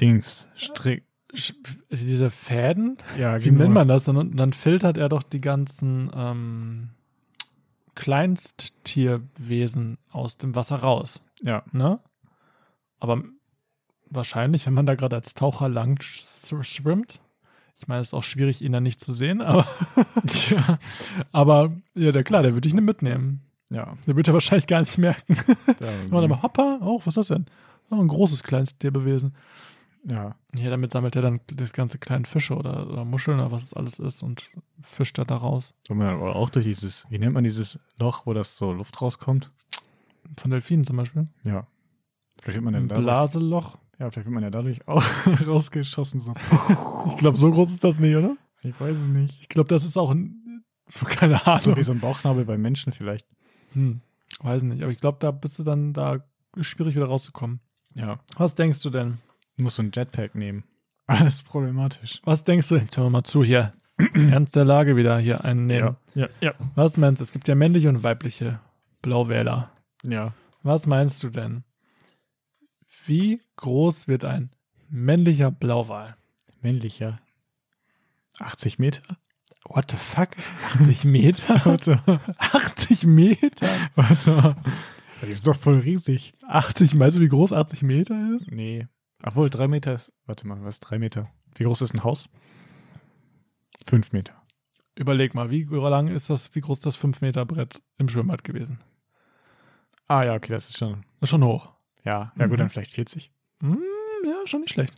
Speaker 2: Dings, Strick.
Speaker 1: Sch- diese Fäden.
Speaker 2: Ja, genau.
Speaker 1: Wie nennt man das? Und dann filtert er doch die ganzen ähm, Kleinsttierwesen aus dem Wasser raus.
Speaker 2: Ja,
Speaker 1: ne? Aber wahrscheinlich, wenn man da gerade als Taucher lang sch- schwimmt, ich meine, es ist auch schwierig, ihn dann nicht zu sehen,
Speaker 2: <laughs>
Speaker 1: aber <laughs> ja, aber ja, der, klar, der würde ich nicht mitnehmen. <laughs>
Speaker 2: ja.
Speaker 1: Der würde er wahrscheinlich gar nicht merken. Mhm.
Speaker 2: ja,
Speaker 1: Aber Hopper, auch, was ist das denn? Oh, ein großes kleines Tierbewesen.
Speaker 2: ja.
Speaker 1: Ja, damit sammelt er dann das ganze kleinen Fische oder, oder Muscheln oder was es alles ist und fischt er da raus.
Speaker 2: Und man aber auch durch dieses, wie nennt man dieses Loch, wo das so Luft rauskommt?
Speaker 1: Von Delfinen zum Beispiel.
Speaker 2: Ja. Vielleicht wird man
Speaker 1: Ein
Speaker 2: dann dadurch,
Speaker 1: Blaseloch.
Speaker 2: ja, vielleicht wird man ja dadurch auch <laughs> rausgeschossen. So.
Speaker 1: Ich glaube, so groß ist das nicht, oder?
Speaker 2: Ich weiß es nicht.
Speaker 1: Ich glaube, das ist auch ein, <laughs> keine Ahnung.
Speaker 2: So wie so ein Bauchnabel bei Menschen vielleicht.
Speaker 1: Hm, weiß nicht, aber ich glaube, da bist du dann da ist schwierig wieder rauszukommen.
Speaker 2: Ja.
Speaker 1: Was denkst du denn?
Speaker 2: Muss so ein Jetpack nehmen. <laughs> Alles problematisch.
Speaker 1: Was denkst du? Jetzt hören wir mal zu hier. <clears throat> Ernst der Lage wieder hier einnehmen.
Speaker 2: Ja, ja,
Speaker 1: Was meinst du? Es gibt ja männliche und weibliche Blauwähler.
Speaker 2: ja.
Speaker 1: Was meinst du denn? Wie groß wird ein männlicher Blauwal?
Speaker 2: Männlicher. 80 Meter?
Speaker 1: What the fuck? <laughs> 80 Meter?
Speaker 2: Warte,
Speaker 1: 80 Meter?
Speaker 2: warte mal. Das ist doch voll riesig.
Speaker 1: 80, weißt du, wie groß 80 Meter ist?
Speaker 2: Nee. Obwohl, drei Meter ist. Warte mal, was? Drei Meter. Wie groß ist ein Haus? Fünf Meter.
Speaker 1: Überleg mal, wie lang ist das, wie groß ist das 5 Meter Brett im Schwimmbad gewesen?
Speaker 2: Ah, ja, okay, das ist schon.
Speaker 1: Das ist schon hoch.
Speaker 2: Ja, ja,
Speaker 1: Mhm.
Speaker 2: gut, dann vielleicht 40.
Speaker 1: Hm, ja, schon nicht schlecht.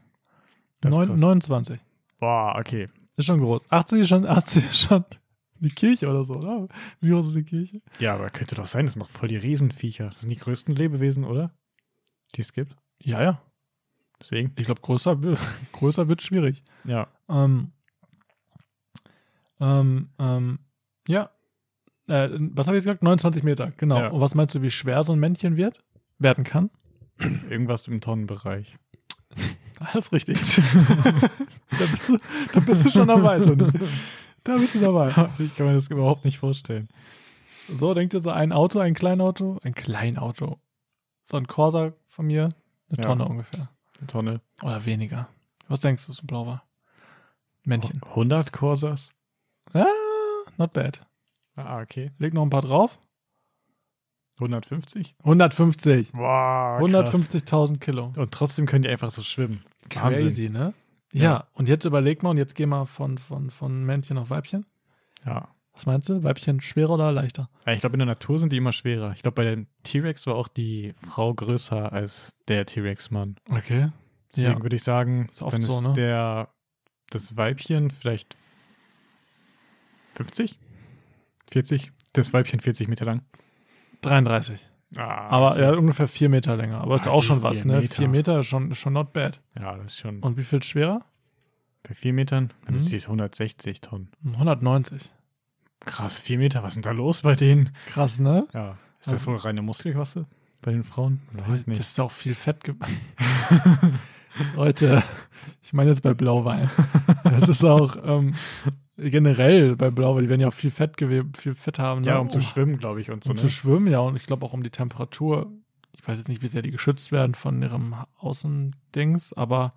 Speaker 2: Das ist
Speaker 1: Neun,
Speaker 2: krass.
Speaker 1: 29.
Speaker 2: Boah, okay.
Speaker 1: Ist schon groß. 80 ist schon, 80 ist schon die Kirche oder so, oder? Wie groß ist die Kirche?
Speaker 2: Ja, aber könnte doch sein, das sind doch voll die Riesenviecher. Das sind die größten Lebewesen, oder? Die es gibt.
Speaker 1: Ja, ja.
Speaker 2: Deswegen.
Speaker 1: Ich glaube, größer, <laughs> wi- größer wird schwierig.
Speaker 2: Ja.
Speaker 1: Ähm, ähm, ähm, ja. Äh, was habe ich gesagt? 29 Meter, genau.
Speaker 2: Ja.
Speaker 1: Und was meinst du, wie schwer so ein Männchen wird? Werden
Speaker 2: <laughs>
Speaker 1: kann?
Speaker 2: Irgendwas im Tonnenbereich.
Speaker 1: Alles richtig. <laughs> da, bist du, da bist du schon dabei, Toni. Da bist du dabei.
Speaker 2: <laughs> Ich kann mir das überhaupt nicht vorstellen.
Speaker 1: So, denkt ihr so ein Auto, ein Kleinauto? Ein Kleinauto. So ein Corsa von mir, eine
Speaker 2: Ja.
Speaker 1: Tonne ungefähr.
Speaker 2: Eine Tonne.
Speaker 1: Oder weniger. Was denkst du, so ein blauer? Männchen.
Speaker 2: 100 Corsas? Oh.
Speaker 1: Not bad.
Speaker 2: Ah, okay.
Speaker 1: Leg noch ein paar drauf.
Speaker 2: 150?
Speaker 1: 150.
Speaker 2: Wow.
Speaker 1: 150.000 Kilo.
Speaker 2: Und trotzdem können die einfach so schwimmen.
Speaker 1: Crazy, ne? Ja.
Speaker 2: Ja.
Speaker 1: und jetzt überleg mal, und jetzt geh mal von, von, von Männchen auf Weibchen.
Speaker 2: Ja.
Speaker 1: Was meinst du? Weibchen schwerer oder leichter?
Speaker 2: Ich glaube, in der Natur sind die immer schwerer. Ich glaube, bei dem T-Rex war auch die Frau größer als der T-Rex-Mann.
Speaker 1: Okay.
Speaker 2: Deswegen
Speaker 1: Ja.
Speaker 2: würde ich sagen,
Speaker 1: Ist oft
Speaker 2: dann ist
Speaker 1: so, ne?
Speaker 2: der, das Weibchen vielleicht 50? 40? Das Weibchen 40 Meter lang.
Speaker 1: 33.
Speaker 2: Ah,
Speaker 1: Aber ja, ungefähr 4 Meter länger. Aber ist
Speaker 2: Ah,
Speaker 1: auch
Speaker 2: die
Speaker 1: schon was,
Speaker 2: vier
Speaker 1: ne?
Speaker 2: Meter.
Speaker 1: 4 Meter ist schon, schon not bad.
Speaker 2: ja, das ist schon
Speaker 1: Und wie viel schwerer?
Speaker 2: bei 4 Metern. Dann
Speaker 1: Mhm.
Speaker 2: ist die 160 Tonnen.
Speaker 1: 190.
Speaker 2: Krass, 4 Meter, was ist denn da los bei denen?
Speaker 1: Krass, ne?
Speaker 2: Ja. Ist das wohl reine Muskelmasse bei den Frauen? Weiß
Speaker 1: Das
Speaker 2: nicht.
Speaker 1: ist auch viel Fett. ge- <laughs> Leute, ich meine jetzt bei Blauwein. Das ist auch ähm, generell bei Blauwein, die werden ja auch viel Fettgewebe, viel Fett haben.
Speaker 2: Ja,
Speaker 1: ne?
Speaker 2: um zu schwimmen, glaube ich. Und so,
Speaker 1: um
Speaker 2: ne?
Speaker 1: zu schwimmen, ja. Und ich glaube auch um die Temperatur. Ich weiß jetzt nicht, wie sehr die geschützt werden von ihrem Außendings, aber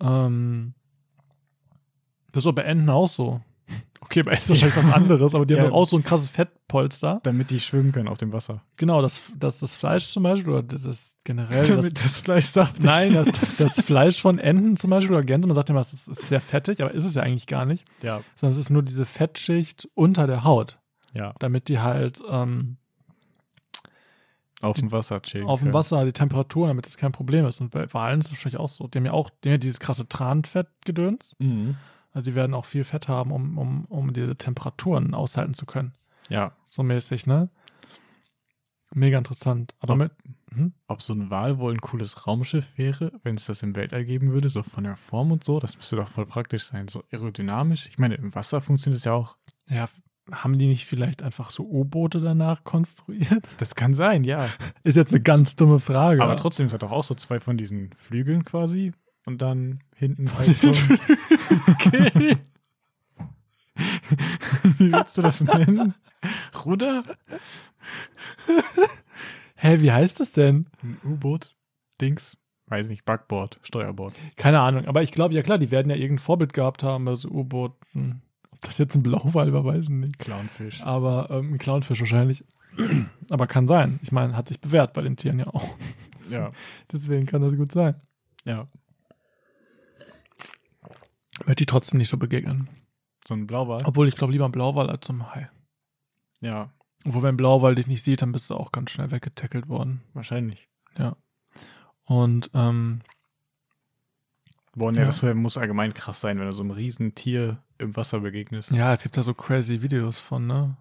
Speaker 1: ähm, das ist auch bei Enten auch so. <laughs> Okay, bei Enten ist wahrscheinlich was anderes, aber die
Speaker 2: Ja.
Speaker 1: haben doch auch so ein krasses Fettpolster.
Speaker 2: Damit die schwimmen können auf dem Wasser.
Speaker 1: Genau, das, das, das Fleisch zum Beispiel oder das, das <laughs>
Speaker 2: <laughs>
Speaker 1: generell. Das,
Speaker 2: das Fleisch sagt.
Speaker 1: nein,
Speaker 2: <laughs>
Speaker 1: das, das Fleisch von Enten zum Beispiel oder Gänse, man sagt immer, es ist, ist sehr fettig, aber ist es ja eigentlich gar nicht,
Speaker 2: Ja,
Speaker 1: sondern es ist nur diese Fettschicht unter der Haut,
Speaker 2: ja.
Speaker 1: damit die halt ähm,
Speaker 2: Auf dem Wasser chillen.
Speaker 1: auf dem
Speaker 2: können.
Speaker 1: Wasser die Temperatur, damit das kein Problem ist. Und bei Walen ist es wahrscheinlich auch so. Die haben ja auch die haben ja dieses krasse Tranfettgedöns.
Speaker 2: Mhm.
Speaker 1: Also die werden auch viel Fett haben, um, um, um diese Temperaturen aushalten zu können.
Speaker 2: Ja.
Speaker 1: So mäßig, ne? Mega interessant. Aber
Speaker 2: Doch.
Speaker 1: mit,
Speaker 2: Ob so ein Wal wohl ein cooles Raumschiff wäre, wenn es das im Weltall geben würde, so von der Form und so, das müsste doch voll praktisch sein. So aerodynamisch. Ich meine, im Wasser funktioniert es ja auch.
Speaker 1: ja, haben die nicht vielleicht einfach so U-Boote danach konstruiert? <laughs>
Speaker 2: Das kann sein, ja.
Speaker 1: Ist jetzt eine ganz dumme Frage.
Speaker 2: Aber trotzdem, es hat doch auch so zwei von diesen Flügeln quasi und dann hinten halt so.
Speaker 1: diesen okay.
Speaker 2: <laughs> Wie willst du das nennen? Ruder?
Speaker 1: <laughs> Hä, wie heißt das denn?
Speaker 2: Ein U-Boot? Dings? Weiß nicht, Backboard, Steuerboard.
Speaker 1: Keine Ahnung. Aber ich glaube, ja klar, die werden ja irgendein Vorbild gehabt haben, also U-Booten. Ob das jetzt ein Blauwal war, weiß ich nicht.
Speaker 2: Clownfisch.
Speaker 1: Aber ähm, ein Clownfisch wahrscheinlich. Aber kann sein. Ich meine, hat sich bewährt bei den Tieren ja auch. <laughs>
Speaker 2: Ja,
Speaker 1: Deswegen kann das gut sein.
Speaker 2: ja.
Speaker 1: Möchte ich trotzdem nicht so begegnen.
Speaker 2: So ein Blauwal.
Speaker 1: Obwohl ich glaube lieber ein Blauwal als so ein Hai.
Speaker 2: Ja,
Speaker 1: Obwohl, wenn ein Blauwal dich nicht sieht, dann bist du auch ganz schnell weggetackelt worden.
Speaker 2: wahrscheinlich.
Speaker 1: Und ähm,
Speaker 2: Boah, nee,
Speaker 1: Ja.
Speaker 2: das muss allgemein krass sein, wenn du so einem riesen Tier im Wasser begegnest.
Speaker 1: ja, es gibt da so crazy Videos von, ne?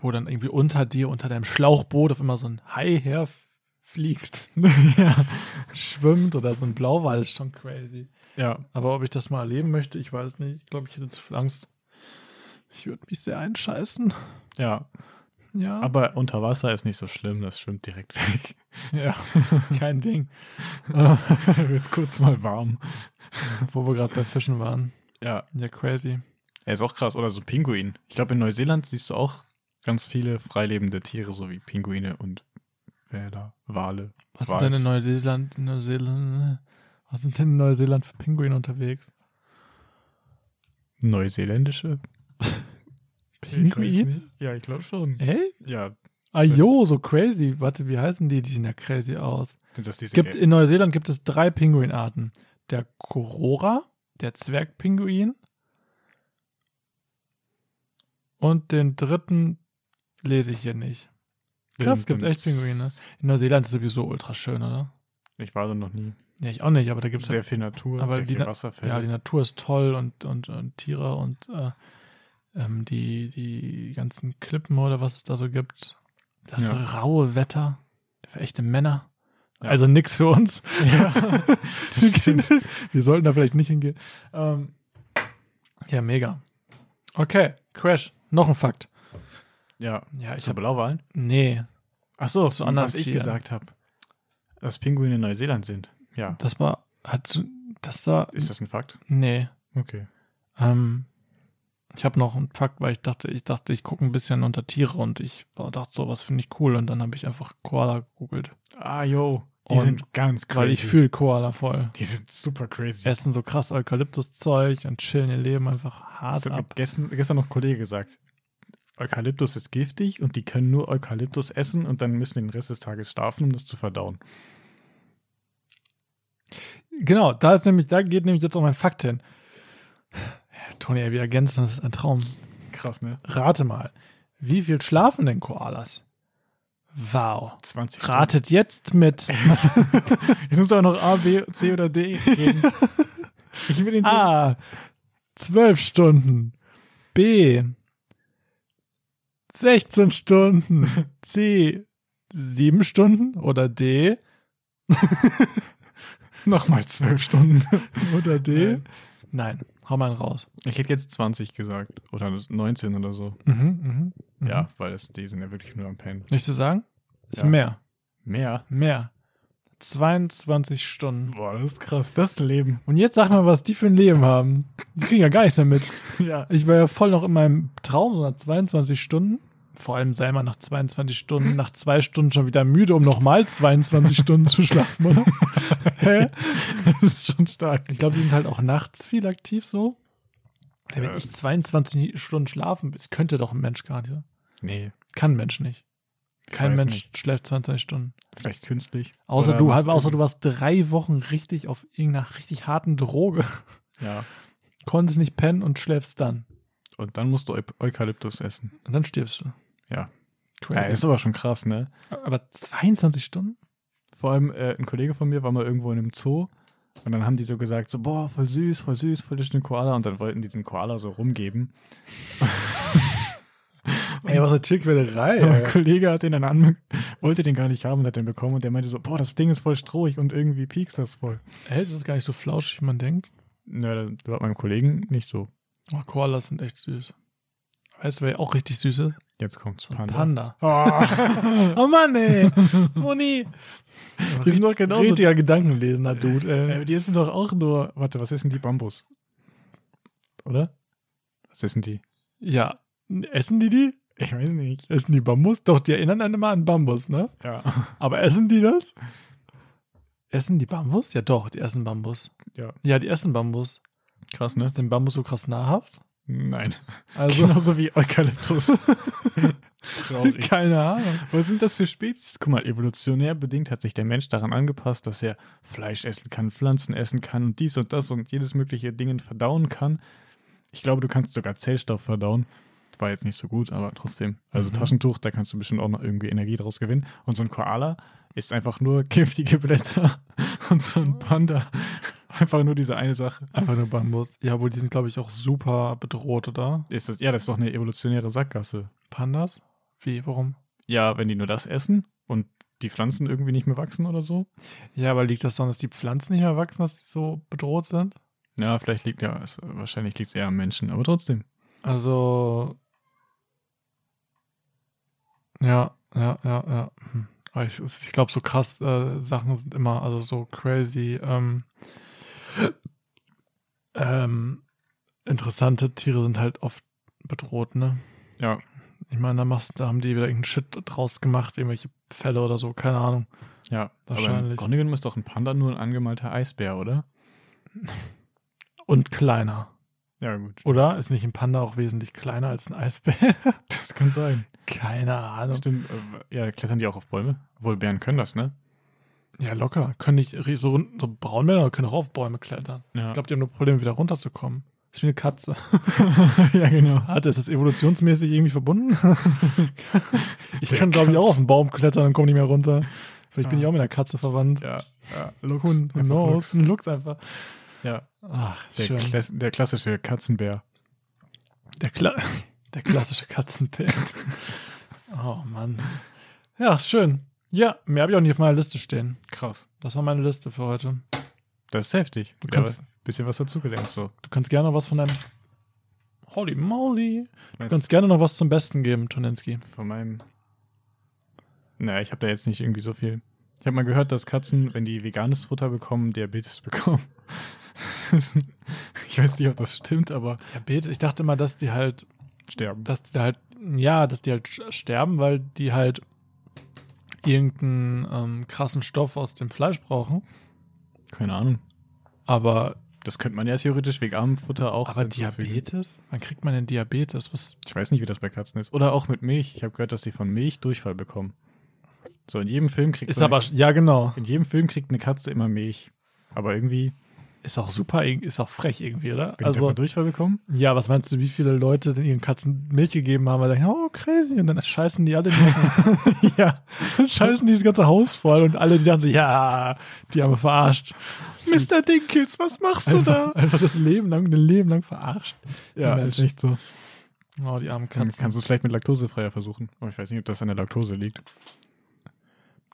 Speaker 1: Wo dann irgendwie unter dir, unter deinem Schlauchboot auf immer so ein Hai herfliegt, <laughs>
Speaker 2: ja.
Speaker 1: schwimmt oder so ein Blauwal ist schon crazy.
Speaker 2: ja.
Speaker 1: Aber ob ich das mal erleben möchte, ich weiß nicht. Ich glaube, ich hätte zu viel Angst. Ich würde mich sehr einscheißen.
Speaker 2: Ja.
Speaker 1: Ja,
Speaker 2: Aber unter Wasser ist nicht so schlimm, das schwimmt direkt
Speaker 1: <laughs>
Speaker 2: weg.
Speaker 1: ja <laughs> kein Ding.
Speaker 2: Jetzt kurz mal warm.
Speaker 1: Wo wir gerade bei Fischen waren.
Speaker 2: Ja.
Speaker 1: Ja, crazy.
Speaker 2: Er ist auch krass. Oder so Pinguin. Ich glaube, in Neuseeland siehst du auch ganz viele freilebende Tiere, so wie Pinguine und Wähler, Wale.
Speaker 1: Was
Speaker 2: Weiß.
Speaker 1: sind denn in Neuseeland, in Neuseeland, was sind denn in Neuseeland für Pinguine unterwegs?
Speaker 2: Neuseeländische?
Speaker 1: <laughs> Pinguine?
Speaker 2: Ja, ich glaube schon.
Speaker 1: Hey?
Speaker 2: Ja,
Speaker 1: Ah jo, so crazy. Warte, wie heißen die? Die sehen ja crazy aus.
Speaker 2: sind das diese
Speaker 1: Gibt, in Neuseeland gibt es drei Pinguinarten. Der Korora, der Zwergpinguin und den dritten lese ich hier nicht. Krass,
Speaker 2: Sind-
Speaker 1: gibt echt Pinguine. In Neuseeland ist sowieso ultra schön, oder?
Speaker 2: Ich war da noch nie.
Speaker 1: Ja, ich auch nicht, aber da halt gibt es
Speaker 2: sehr viel Natur,
Speaker 1: aber
Speaker 2: sehr
Speaker 1: die
Speaker 2: viel
Speaker 1: Na-
Speaker 2: Wasserfälle.
Speaker 1: ja, die Natur ist toll und, und, und Tiere und äh, ähm, die, die ganzen Klippen oder was es da so gibt. Das
Speaker 2: Ja.
Speaker 1: raue Wetter für echte Männer.
Speaker 2: Ja.
Speaker 1: Also nix für uns. <laughs>
Speaker 2: Ja.
Speaker 1: Wir sollten da vielleicht nicht hingehen. Ähm, ja, mega. Okay, Crash, noch ein Fakt.
Speaker 2: ja.
Speaker 1: Ja, ich
Speaker 2: Zur
Speaker 1: habe.
Speaker 2: Blauwahlen?
Speaker 1: Nee,
Speaker 2: Ach so,
Speaker 1: Zu anderen
Speaker 2: was ich
Speaker 1: Tieren.
Speaker 2: gesagt habe. Dass Pinguine in Neuseeland sind. Ja.
Speaker 1: das war. Hat das da.
Speaker 2: Ist das ein Fakt?
Speaker 1: Nee.
Speaker 2: Okay.
Speaker 1: Ähm, ich habe noch einen Fakt, weil ich dachte, ich dachte, ich gucke ein bisschen unter Tiere und ich dachte, so was finde ich cool und dann habe ich einfach Koala gegoogelt.
Speaker 2: Ah, yo. Die
Speaker 1: Und-
Speaker 2: sind ganz crazy.
Speaker 1: Weil ich fühle Koala voll.
Speaker 2: Die sind super crazy.
Speaker 1: Essen so krass Eukalyptus-Zeug und chillen ihr Leben einfach
Speaker 2: Das
Speaker 1: hart
Speaker 2: hat mir
Speaker 1: ab.
Speaker 2: gestern, gestern noch ein Kollege gesagt. Eukalyptus ist giftig und die können nur Eukalyptus essen und dann müssen den Rest des Tages schlafen, um das zu verdauen.
Speaker 1: Genau, da ist nämlich, da geht nämlich jetzt auch mein Fakt hin. Ja, Toni, ey, wir ergänzen, das ist ein Traum.
Speaker 2: Krass, ne?
Speaker 1: Rate mal, wie viel schlafen denn Koalas? Wow.
Speaker 2: 20
Speaker 1: Ratet jetzt mit
Speaker 2: Stunden. Jetzt muss aber noch A, B, C oder D
Speaker 1: <laughs>
Speaker 2: geben. Ich will den
Speaker 1: A. 12 Stunden. B. 16 Stunden. C. 7 Stunden. Oder D.
Speaker 2: nochmal 12 Stunden. <laughs>
Speaker 1: Oder D.
Speaker 2: Nein.
Speaker 1: Nein, hau mal einen raus.
Speaker 2: Ich hätte jetzt 20 gesagt. Oder 19 oder so.
Speaker 1: Mhm, mhm.
Speaker 2: Ja, weil das, die sind ja wirklich nur am Pennen.
Speaker 1: Nicht zu sagen? Ist
Speaker 2: Ja.
Speaker 1: mehr.
Speaker 2: Mehr?
Speaker 1: Mehr. 22 Stunden.
Speaker 2: Boah, das ist krass. Das Leben. <laughs>
Speaker 1: Und jetzt sag mal, was die für ein Leben haben. Die kriegen ja gar nichts mehr mit.
Speaker 2: <laughs> Ja.
Speaker 1: Ich war ja voll noch in meinem Traum, so nach 22 Stunden. Vor allem sei man nach 22
Speaker 2: Mhm.
Speaker 1: Stunden, nach zwei Stunden schon wieder müde, um nochmal 22 Stunden zu schlafen,
Speaker 2: <laughs>
Speaker 1: oder? Hä?
Speaker 2: Das ist schon stark.
Speaker 1: Ich glaube, die sind halt auch nachts viel aktiv so. Ja, wenn
Speaker 2: Ja.
Speaker 1: ich 22 Stunden schlafen, das könnte doch ein Mensch gar nicht. oder?
Speaker 2: Nee,
Speaker 1: Kann ein Mensch nicht. Kein
Speaker 2: weiß
Speaker 1: Mensch schläft 22 Stunden.
Speaker 2: vielleicht künstlich.
Speaker 1: Außer
Speaker 2: Oder
Speaker 1: du, halt,
Speaker 2: mit
Speaker 1: außer du warst drei Wochen richtig auf irgendeiner richtig harten Droge, <laughs>
Speaker 2: Ja.
Speaker 1: konntest nicht pennen und schläfst dann.
Speaker 2: Und dann musst du Eu Eukalyptus essen.
Speaker 1: Und dann stirbst du.
Speaker 2: Ja. Ja,
Speaker 1: Crazy.
Speaker 2: ist aber schon krass, ne?
Speaker 1: Aber 22 Stunden?
Speaker 2: Vor allem äh, ein Kollege von mir war mal irgendwo in einem Zoo und dann haben die so gesagt, so, boah, voll süß, voll süß, voll der schöne Koala und dann wollten die den Koala so rumgeben.
Speaker 1: Ey, was eine Tierquälerei.
Speaker 2: Aber ein
Speaker 1: ey.
Speaker 2: Kollege hat den dann an, <laughs> wollte den gar nicht haben und hat den bekommen und der meinte so, boah, das Ding ist voll strohig und irgendwie piekst das voll.
Speaker 1: Ey, das ist gar nicht so flauschig, wie man denkt.
Speaker 2: Nö, das war meinem Kollegen nicht so.
Speaker 1: Oh, Koalas sind echt süß. Weißt du, wer auch richtig süß ist?
Speaker 2: Jetzt kommt's,
Speaker 1: So ein
Speaker 2: Panda. <laughs>
Speaker 1: Panda.
Speaker 2: Oh.
Speaker 1: Oh Mann, <laughs> ey. Moni.
Speaker 2: <laughs> Die sind doch genauso-
Speaker 1: Richtiger Gedankenlesender, Dude, ey.
Speaker 2: Äh, die sind doch auch nur, warte, was ist denn die Bambus? Oder? Was ist denn die?
Speaker 1: Ja. Essen die die?
Speaker 2: Ich weiß nicht.
Speaker 1: Essen die Bambus? Doch, die erinnern einen mal an Bambus, ne?
Speaker 2: Ja.
Speaker 1: Aber essen die das? Essen die Bambus? Ja, doch, die essen Bambus.
Speaker 2: Ja.
Speaker 1: Ja, die essen Bambus.
Speaker 2: Krass, ne?
Speaker 1: Ist denn Bambus so krass nahrhaft?
Speaker 2: Nein.
Speaker 1: Also,
Speaker 2: <laughs> Genauso wie <laughs> Eukalyptus.
Speaker 1: <laughs>
Speaker 2: Traurig.
Speaker 1: keine Ahnung.
Speaker 2: Was sind das für Spezies? Guck mal, evolutionär bedingt hat sich der Mensch daran angepasst, dass er Fleisch essen kann, Pflanzen essen kann und dies und das und jedes mögliche Dingen verdauen kann. Ich glaube, du kannst sogar Zellstoff verdauen. Das war jetzt nicht so gut, aber trotzdem. Also
Speaker 1: Mhm.
Speaker 2: Taschentuch, da kannst du bestimmt auch noch irgendwie Energie draus gewinnen. Und so ein Koala ist einfach nur <laughs> giftige Blätter und so ein Panda. <laughs> Einfach nur diese eine Sache.
Speaker 1: Einfach nur Bambus. Ja, wohl, die sind, glaube ich, auch super bedroht, oder?
Speaker 2: Ist das, ja, das ist doch eine evolutionäre Sackgasse.
Speaker 1: Pandas? Wie, warum?
Speaker 2: Ja, wenn die nur das essen und die Pflanzen irgendwie nicht mehr wachsen oder so.
Speaker 1: Ja, aber liegt das daran, dass die Pflanzen nicht mehr wachsen, dass sie so bedroht sind?
Speaker 2: Ja, vielleicht liegt ja, es, wahrscheinlich liegt es eher am Menschen, aber trotzdem.
Speaker 1: Also. Ja, ja, ja, ja. Hm. Aber ich ich glaube, so krass äh, Sachen sind immer, also so crazy, ähm, ähm, interessante Tiere sind halt oft bedroht, ne?
Speaker 2: Ja.
Speaker 1: Ich meine, da, machst- da haben die wieder irgendeinen Shit draus gemacht, irgendwelche Fälle oder so, keine Ahnung.
Speaker 2: Ja, Aber im
Speaker 1: Wahrscheinlich.
Speaker 2: Grunde genommen ist doch ein Panda nur ein angemalter Eisbär, oder?
Speaker 1: Und kleiner.
Speaker 2: Ja, gut.
Speaker 1: Oder? Ist nicht ein Panda auch wesentlich kleiner als ein Eisbär?
Speaker 2: <laughs>
Speaker 1: <laughs>
Speaker 2: Das kann sein.
Speaker 1: Keine Ahnung.
Speaker 2: Stimmt. äh, Ja, klettern die auch auf Bäume? Obwohl, Bären können das, ne?
Speaker 1: Ja, locker. Können nicht ri- so, rund- so Braunmänner können auch auf Bäume klettern.
Speaker 2: Ja.
Speaker 1: Ich glaube, die haben nur Probleme, wieder runterzukommen. Ist wie eine Katze.
Speaker 2: <laughs>
Speaker 1: <laughs>
Speaker 2: ja, genau.
Speaker 1: Alter, ist das evolutionsmäßig irgendwie verbunden? <laughs> ich kann, glaube ich,
Speaker 2: Katz.
Speaker 1: auch auf einen Baum klettern und komme nicht mehr runter. Vielleicht bin
Speaker 2: Ja.
Speaker 1: ich auch mit einer Katze verwandt.
Speaker 2: Ja, ja.
Speaker 1: Hund, who
Speaker 2: Einfach
Speaker 1: knows?
Speaker 2: Lux.
Speaker 1: Ein Lux einfach.
Speaker 2: Ja,
Speaker 1: Ach,
Speaker 2: der,
Speaker 1: schön.
Speaker 2: Kla der klassische Katzenbär.
Speaker 1: Der, Kla <laughs>
Speaker 2: <laughs>
Speaker 1: der klassische Katzenpilz. oh Mann. Ja, schön. Ja, mehr habe ich auch nicht auf meiner Liste stehen.
Speaker 2: Krass.
Speaker 1: Das war meine Liste für heute.
Speaker 2: Das ist heftig.
Speaker 1: Du
Speaker 2: Ja, aber
Speaker 1: kannst-
Speaker 2: ein bisschen was dazugelernt. So.
Speaker 1: Du kannst gerne noch was von deinem. Holy moly.
Speaker 2: Nice.
Speaker 1: Du kannst gerne noch was zum Besten geben, Tonensky.
Speaker 2: Von meinem. Naja, ich habe da jetzt nicht irgendwie so viel. Ich habe mal gehört, dass Katzen, wenn die veganes Futter bekommen, Diabetes <laughs> bekommen. ich weiß nicht, ob das stimmt, aber
Speaker 1: Ja, Bete, ich dachte immer, dass die halt,
Speaker 2: sterben.
Speaker 1: dass die da halt, ja, dass die halt sch- sterben, weil die halt irgendeinen ähm, krassen Stoff aus dem Fleisch brauchen.
Speaker 2: Keine Ahnung.
Speaker 1: Aber,
Speaker 2: Das könnte man ja theoretisch veganem Futter auch.
Speaker 1: aber
Speaker 2: hinzufügen.
Speaker 1: Diabetes? Wann kriegt man denn Diabetes? Was,
Speaker 2: Ich weiß nicht, wie das bei Katzen ist. Oder auch mit Milch. Ich habe gehört, dass die von Milch Durchfall bekommen. So, in jedem Film kriegt
Speaker 1: ist
Speaker 2: so
Speaker 1: aber,
Speaker 2: eine,
Speaker 1: ja, genau.
Speaker 2: in jedem Film kriegt eine Katze immer Milch. Aber irgendwie,
Speaker 1: Ist auch super, irg- ist auch frech irgendwie, oder?
Speaker 2: wenn die
Speaker 1: also,
Speaker 2: davon Durchfall bekommen?
Speaker 1: ja, was meinst du, wie viele Leute denn ihren Katzen Milch gegeben haben? Weil die denken, oh, crazy. Und dann scheißen die alle die, Ja, scheißen die das ganze Haus voll und alle, die dachten sich, ja, die haben wir verarscht.
Speaker 2: Mr. Dinkels, was machst
Speaker 1: Einfach, einfach das Leben lang, ein Leben lang verarscht.
Speaker 2: Ja,
Speaker 1: Die
Speaker 2: ist
Speaker 1: Menschen.
Speaker 2: echt so.
Speaker 1: Oh, die armen
Speaker 2: Kann,
Speaker 1: Katzen.
Speaker 2: kannst du es vielleicht mit Laktosefreier versuchen? Aber ich weiß nicht, ob das an der Laktose liegt.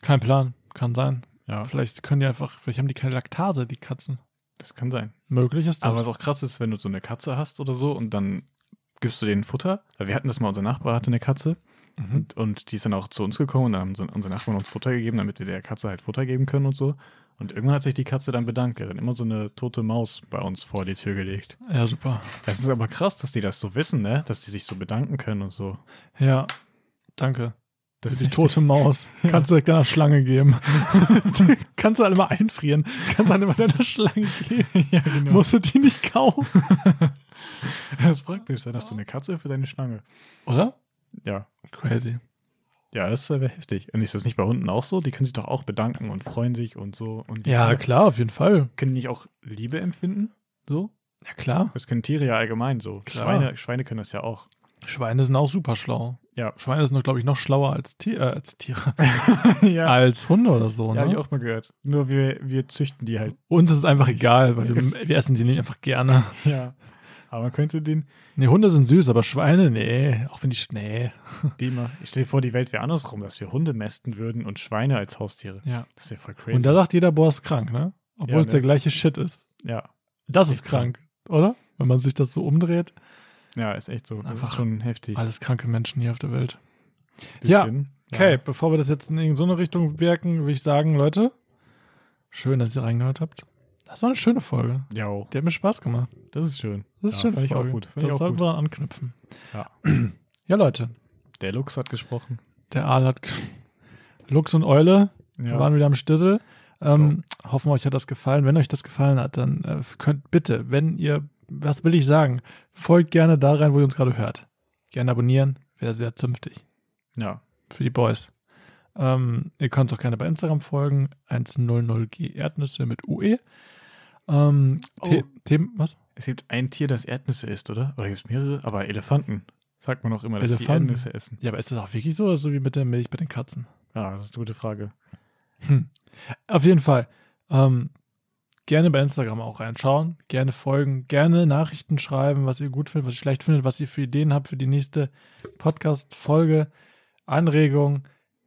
Speaker 1: Kein Plan, kann sein.
Speaker 2: Ja,
Speaker 1: Vielleicht können die einfach, vielleicht haben die keine Laktase, die Katzen.
Speaker 2: das kann sein.
Speaker 1: Möglich ist das.
Speaker 2: Aber was auch krass ist, wenn du so eine Katze hast oder so und dann gibst du denen Futter. Weil Wir hatten das mal, unser Nachbar hatte eine Katze
Speaker 1: mhm.
Speaker 2: und, und die ist dann auch zu uns gekommen und dann haben so, unsere Nachbarn uns Futter gegeben, damit wir der Katze halt Futter geben können und so. Und irgendwann hat sich die Katze dann bedankt. Die hat dann immer so eine tote Maus bei uns vor die Tür gelegt.
Speaker 1: Ja, super.
Speaker 2: Das ist aber krass, dass die das so wissen, ne? Dass die sich so bedanken können und so.
Speaker 1: Ja, danke.
Speaker 2: Das
Speaker 1: die tote Maus. Kannst du direkt deiner Schlange geben. <laughs> Kannst du halt immer einfrieren. Kannst du halt immer deiner Schlange geben.
Speaker 2: <laughs> ja, genau.
Speaker 1: Musst du die nicht <laughs> kaufen.
Speaker 2: das ist praktisch sein. Hast du eine Katze für deine Schlange?
Speaker 1: Oder?
Speaker 2: Ja.
Speaker 1: Crazy.
Speaker 2: Ja, das wäre heftig. Und ist das nicht bei Hunden auch so? Die können sich doch auch bedanken und freuen sich und so. Und die
Speaker 1: Ja,
Speaker 2: können-
Speaker 1: klar, auf jeden Fall.
Speaker 2: können die nicht auch Liebe empfinden? So?
Speaker 1: Ja, klar.
Speaker 2: Das können Tiere ja allgemein so.
Speaker 1: Klar.
Speaker 2: Schweine, Schweine können das ja auch. <laughs>
Speaker 1: Schweine sind auch super schlau.
Speaker 2: Ja.
Speaker 1: Schweine sind, glaube ich, noch schlauer als, Tier, äh, als Tiere.
Speaker 2: <laughs> ja.
Speaker 1: Als Hunde oder so.
Speaker 2: Ja,
Speaker 1: Ne?
Speaker 2: habe ich auch mal gehört. Nur wir, wir züchten die halt.
Speaker 1: Uns ist es einfach egal, weil wir, wir essen sie nicht einfach gerne.
Speaker 2: Ja. Aber man könnte den,
Speaker 1: Nee, Hunde sind süß, aber Schweine, nee. Auch wenn die, sch- nee.
Speaker 2: die mal, ich stelle vor, die Welt wäre andersrum, dass wir Hunde mästen würden und Schweine als Haustiere.
Speaker 1: Ja.
Speaker 2: Das ist ja voll crazy.
Speaker 1: Und da sagt jeder, boah, ist krank, ne? Obwohl
Speaker 2: Ja,
Speaker 1: es
Speaker 2: ne.
Speaker 1: der gleiche Shit ist.
Speaker 2: ja.
Speaker 1: Das
Speaker 2: Echt
Speaker 1: ist krank, oder? Wenn man sich das so umdreht.
Speaker 2: ja, ist echt so. Das ist
Speaker 1: Einfach
Speaker 2: schon heftig.
Speaker 1: Alles kranke Menschen hier auf der Welt. Ja.
Speaker 2: Bisschen.
Speaker 1: Okay, bevor wir das jetzt in irgendeine Richtung wirken, würde ich sagen, Leute, schön, dass ihr reingehört habt. Das war eine schöne Folge.
Speaker 2: Ja, Ja,
Speaker 1: Die hat mir Spaß gemacht.
Speaker 2: das ist schön.
Speaker 1: Das ist
Speaker 2: ja,
Speaker 1: eine schöne
Speaker 2: fand ich auch
Speaker 1: Folge.
Speaker 2: gut. Fand
Speaker 1: Das
Speaker 2: ich auch
Speaker 1: sollten
Speaker 2: gut.
Speaker 1: wir daran anknüpfen.
Speaker 2: Ja.
Speaker 1: <clears throat> ja, Leute,
Speaker 2: Der Lux hat gesprochen.
Speaker 1: der Aal hat <laughs> ge- Lux und Eule
Speaker 2: Ja. Genau.
Speaker 1: waren wieder am Stüssel. Ähm, Hoffen wir, euch hat das gefallen. Wenn euch das gefallen hat, dann äh, könnt bitte, wenn ihr, was will ich sagen, folgt gerne da rein, wo ihr uns gerade hört. Gerne abonnieren, wäre sehr zünftig.
Speaker 2: ja.
Speaker 1: für die Boys. Ähm, ihr könnt auch gerne bei Instagram folgen, 100G Erdnüsse mit UE. Ähm,
Speaker 2: Oh.
Speaker 1: The Themen, was?
Speaker 2: Es gibt ein Tier, das Erdnüsse isst, oder? Oder gibt es mehrere? Aber Elefanten. Sagt man auch immer, dass die
Speaker 1: Elefanten?
Speaker 2: Erdnüsse essen.
Speaker 1: Ja, aber ist das auch wirklich so, so wie mit der Milch bei den Katzen?
Speaker 2: Ja, das ist eine gute Frage.
Speaker 1: Auf jeden Fall. Ähm, gerne bei Instagram auch reinschauen, gerne folgen, gerne Nachrichten schreiben, was ihr gut findet, was ihr schlecht findet, was ihr für Ideen habt für die nächste Podcast-Folge, Anregungen,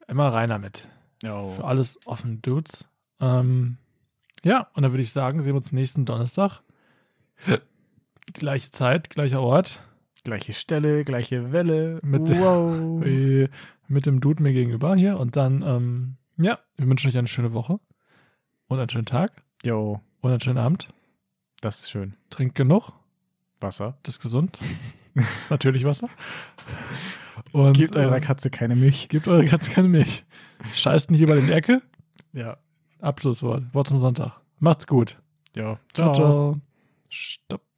Speaker 1: immer rein damit. Für
Speaker 2: Ja.
Speaker 1: alles offen, Dudes. Ähm, ja, und dann würde ich sagen, sehen wir uns nächsten Donnerstag. Gleiche Zeit, gleicher Ort.
Speaker 2: Gleiche Stelle, gleiche Welle.
Speaker 1: Mit-
Speaker 2: <laughs> wow.
Speaker 1: Äh, Mit dem Dude mir gegenüber hier. Und dann, ähm, ja, wir wünschen euch eine schöne Woche und einen schönen Tag
Speaker 2: Jo,
Speaker 1: und einen schönen Abend.
Speaker 2: das ist schön.
Speaker 1: Trinkt genug,
Speaker 2: Wasser.
Speaker 1: das ist gesund. <laughs> Natürlich Wasser. Und
Speaker 2: Gebt eurer
Speaker 1: äh,
Speaker 2: Katze keine Milch.
Speaker 1: gebt eure Katze keine Milch. Scheißt nicht über den Ecke.
Speaker 2: Ja.
Speaker 1: Abschlusswort. Wort zum Sonntag. Macht's gut.
Speaker 2: Ja.
Speaker 1: Ciao, ciao. Stopp.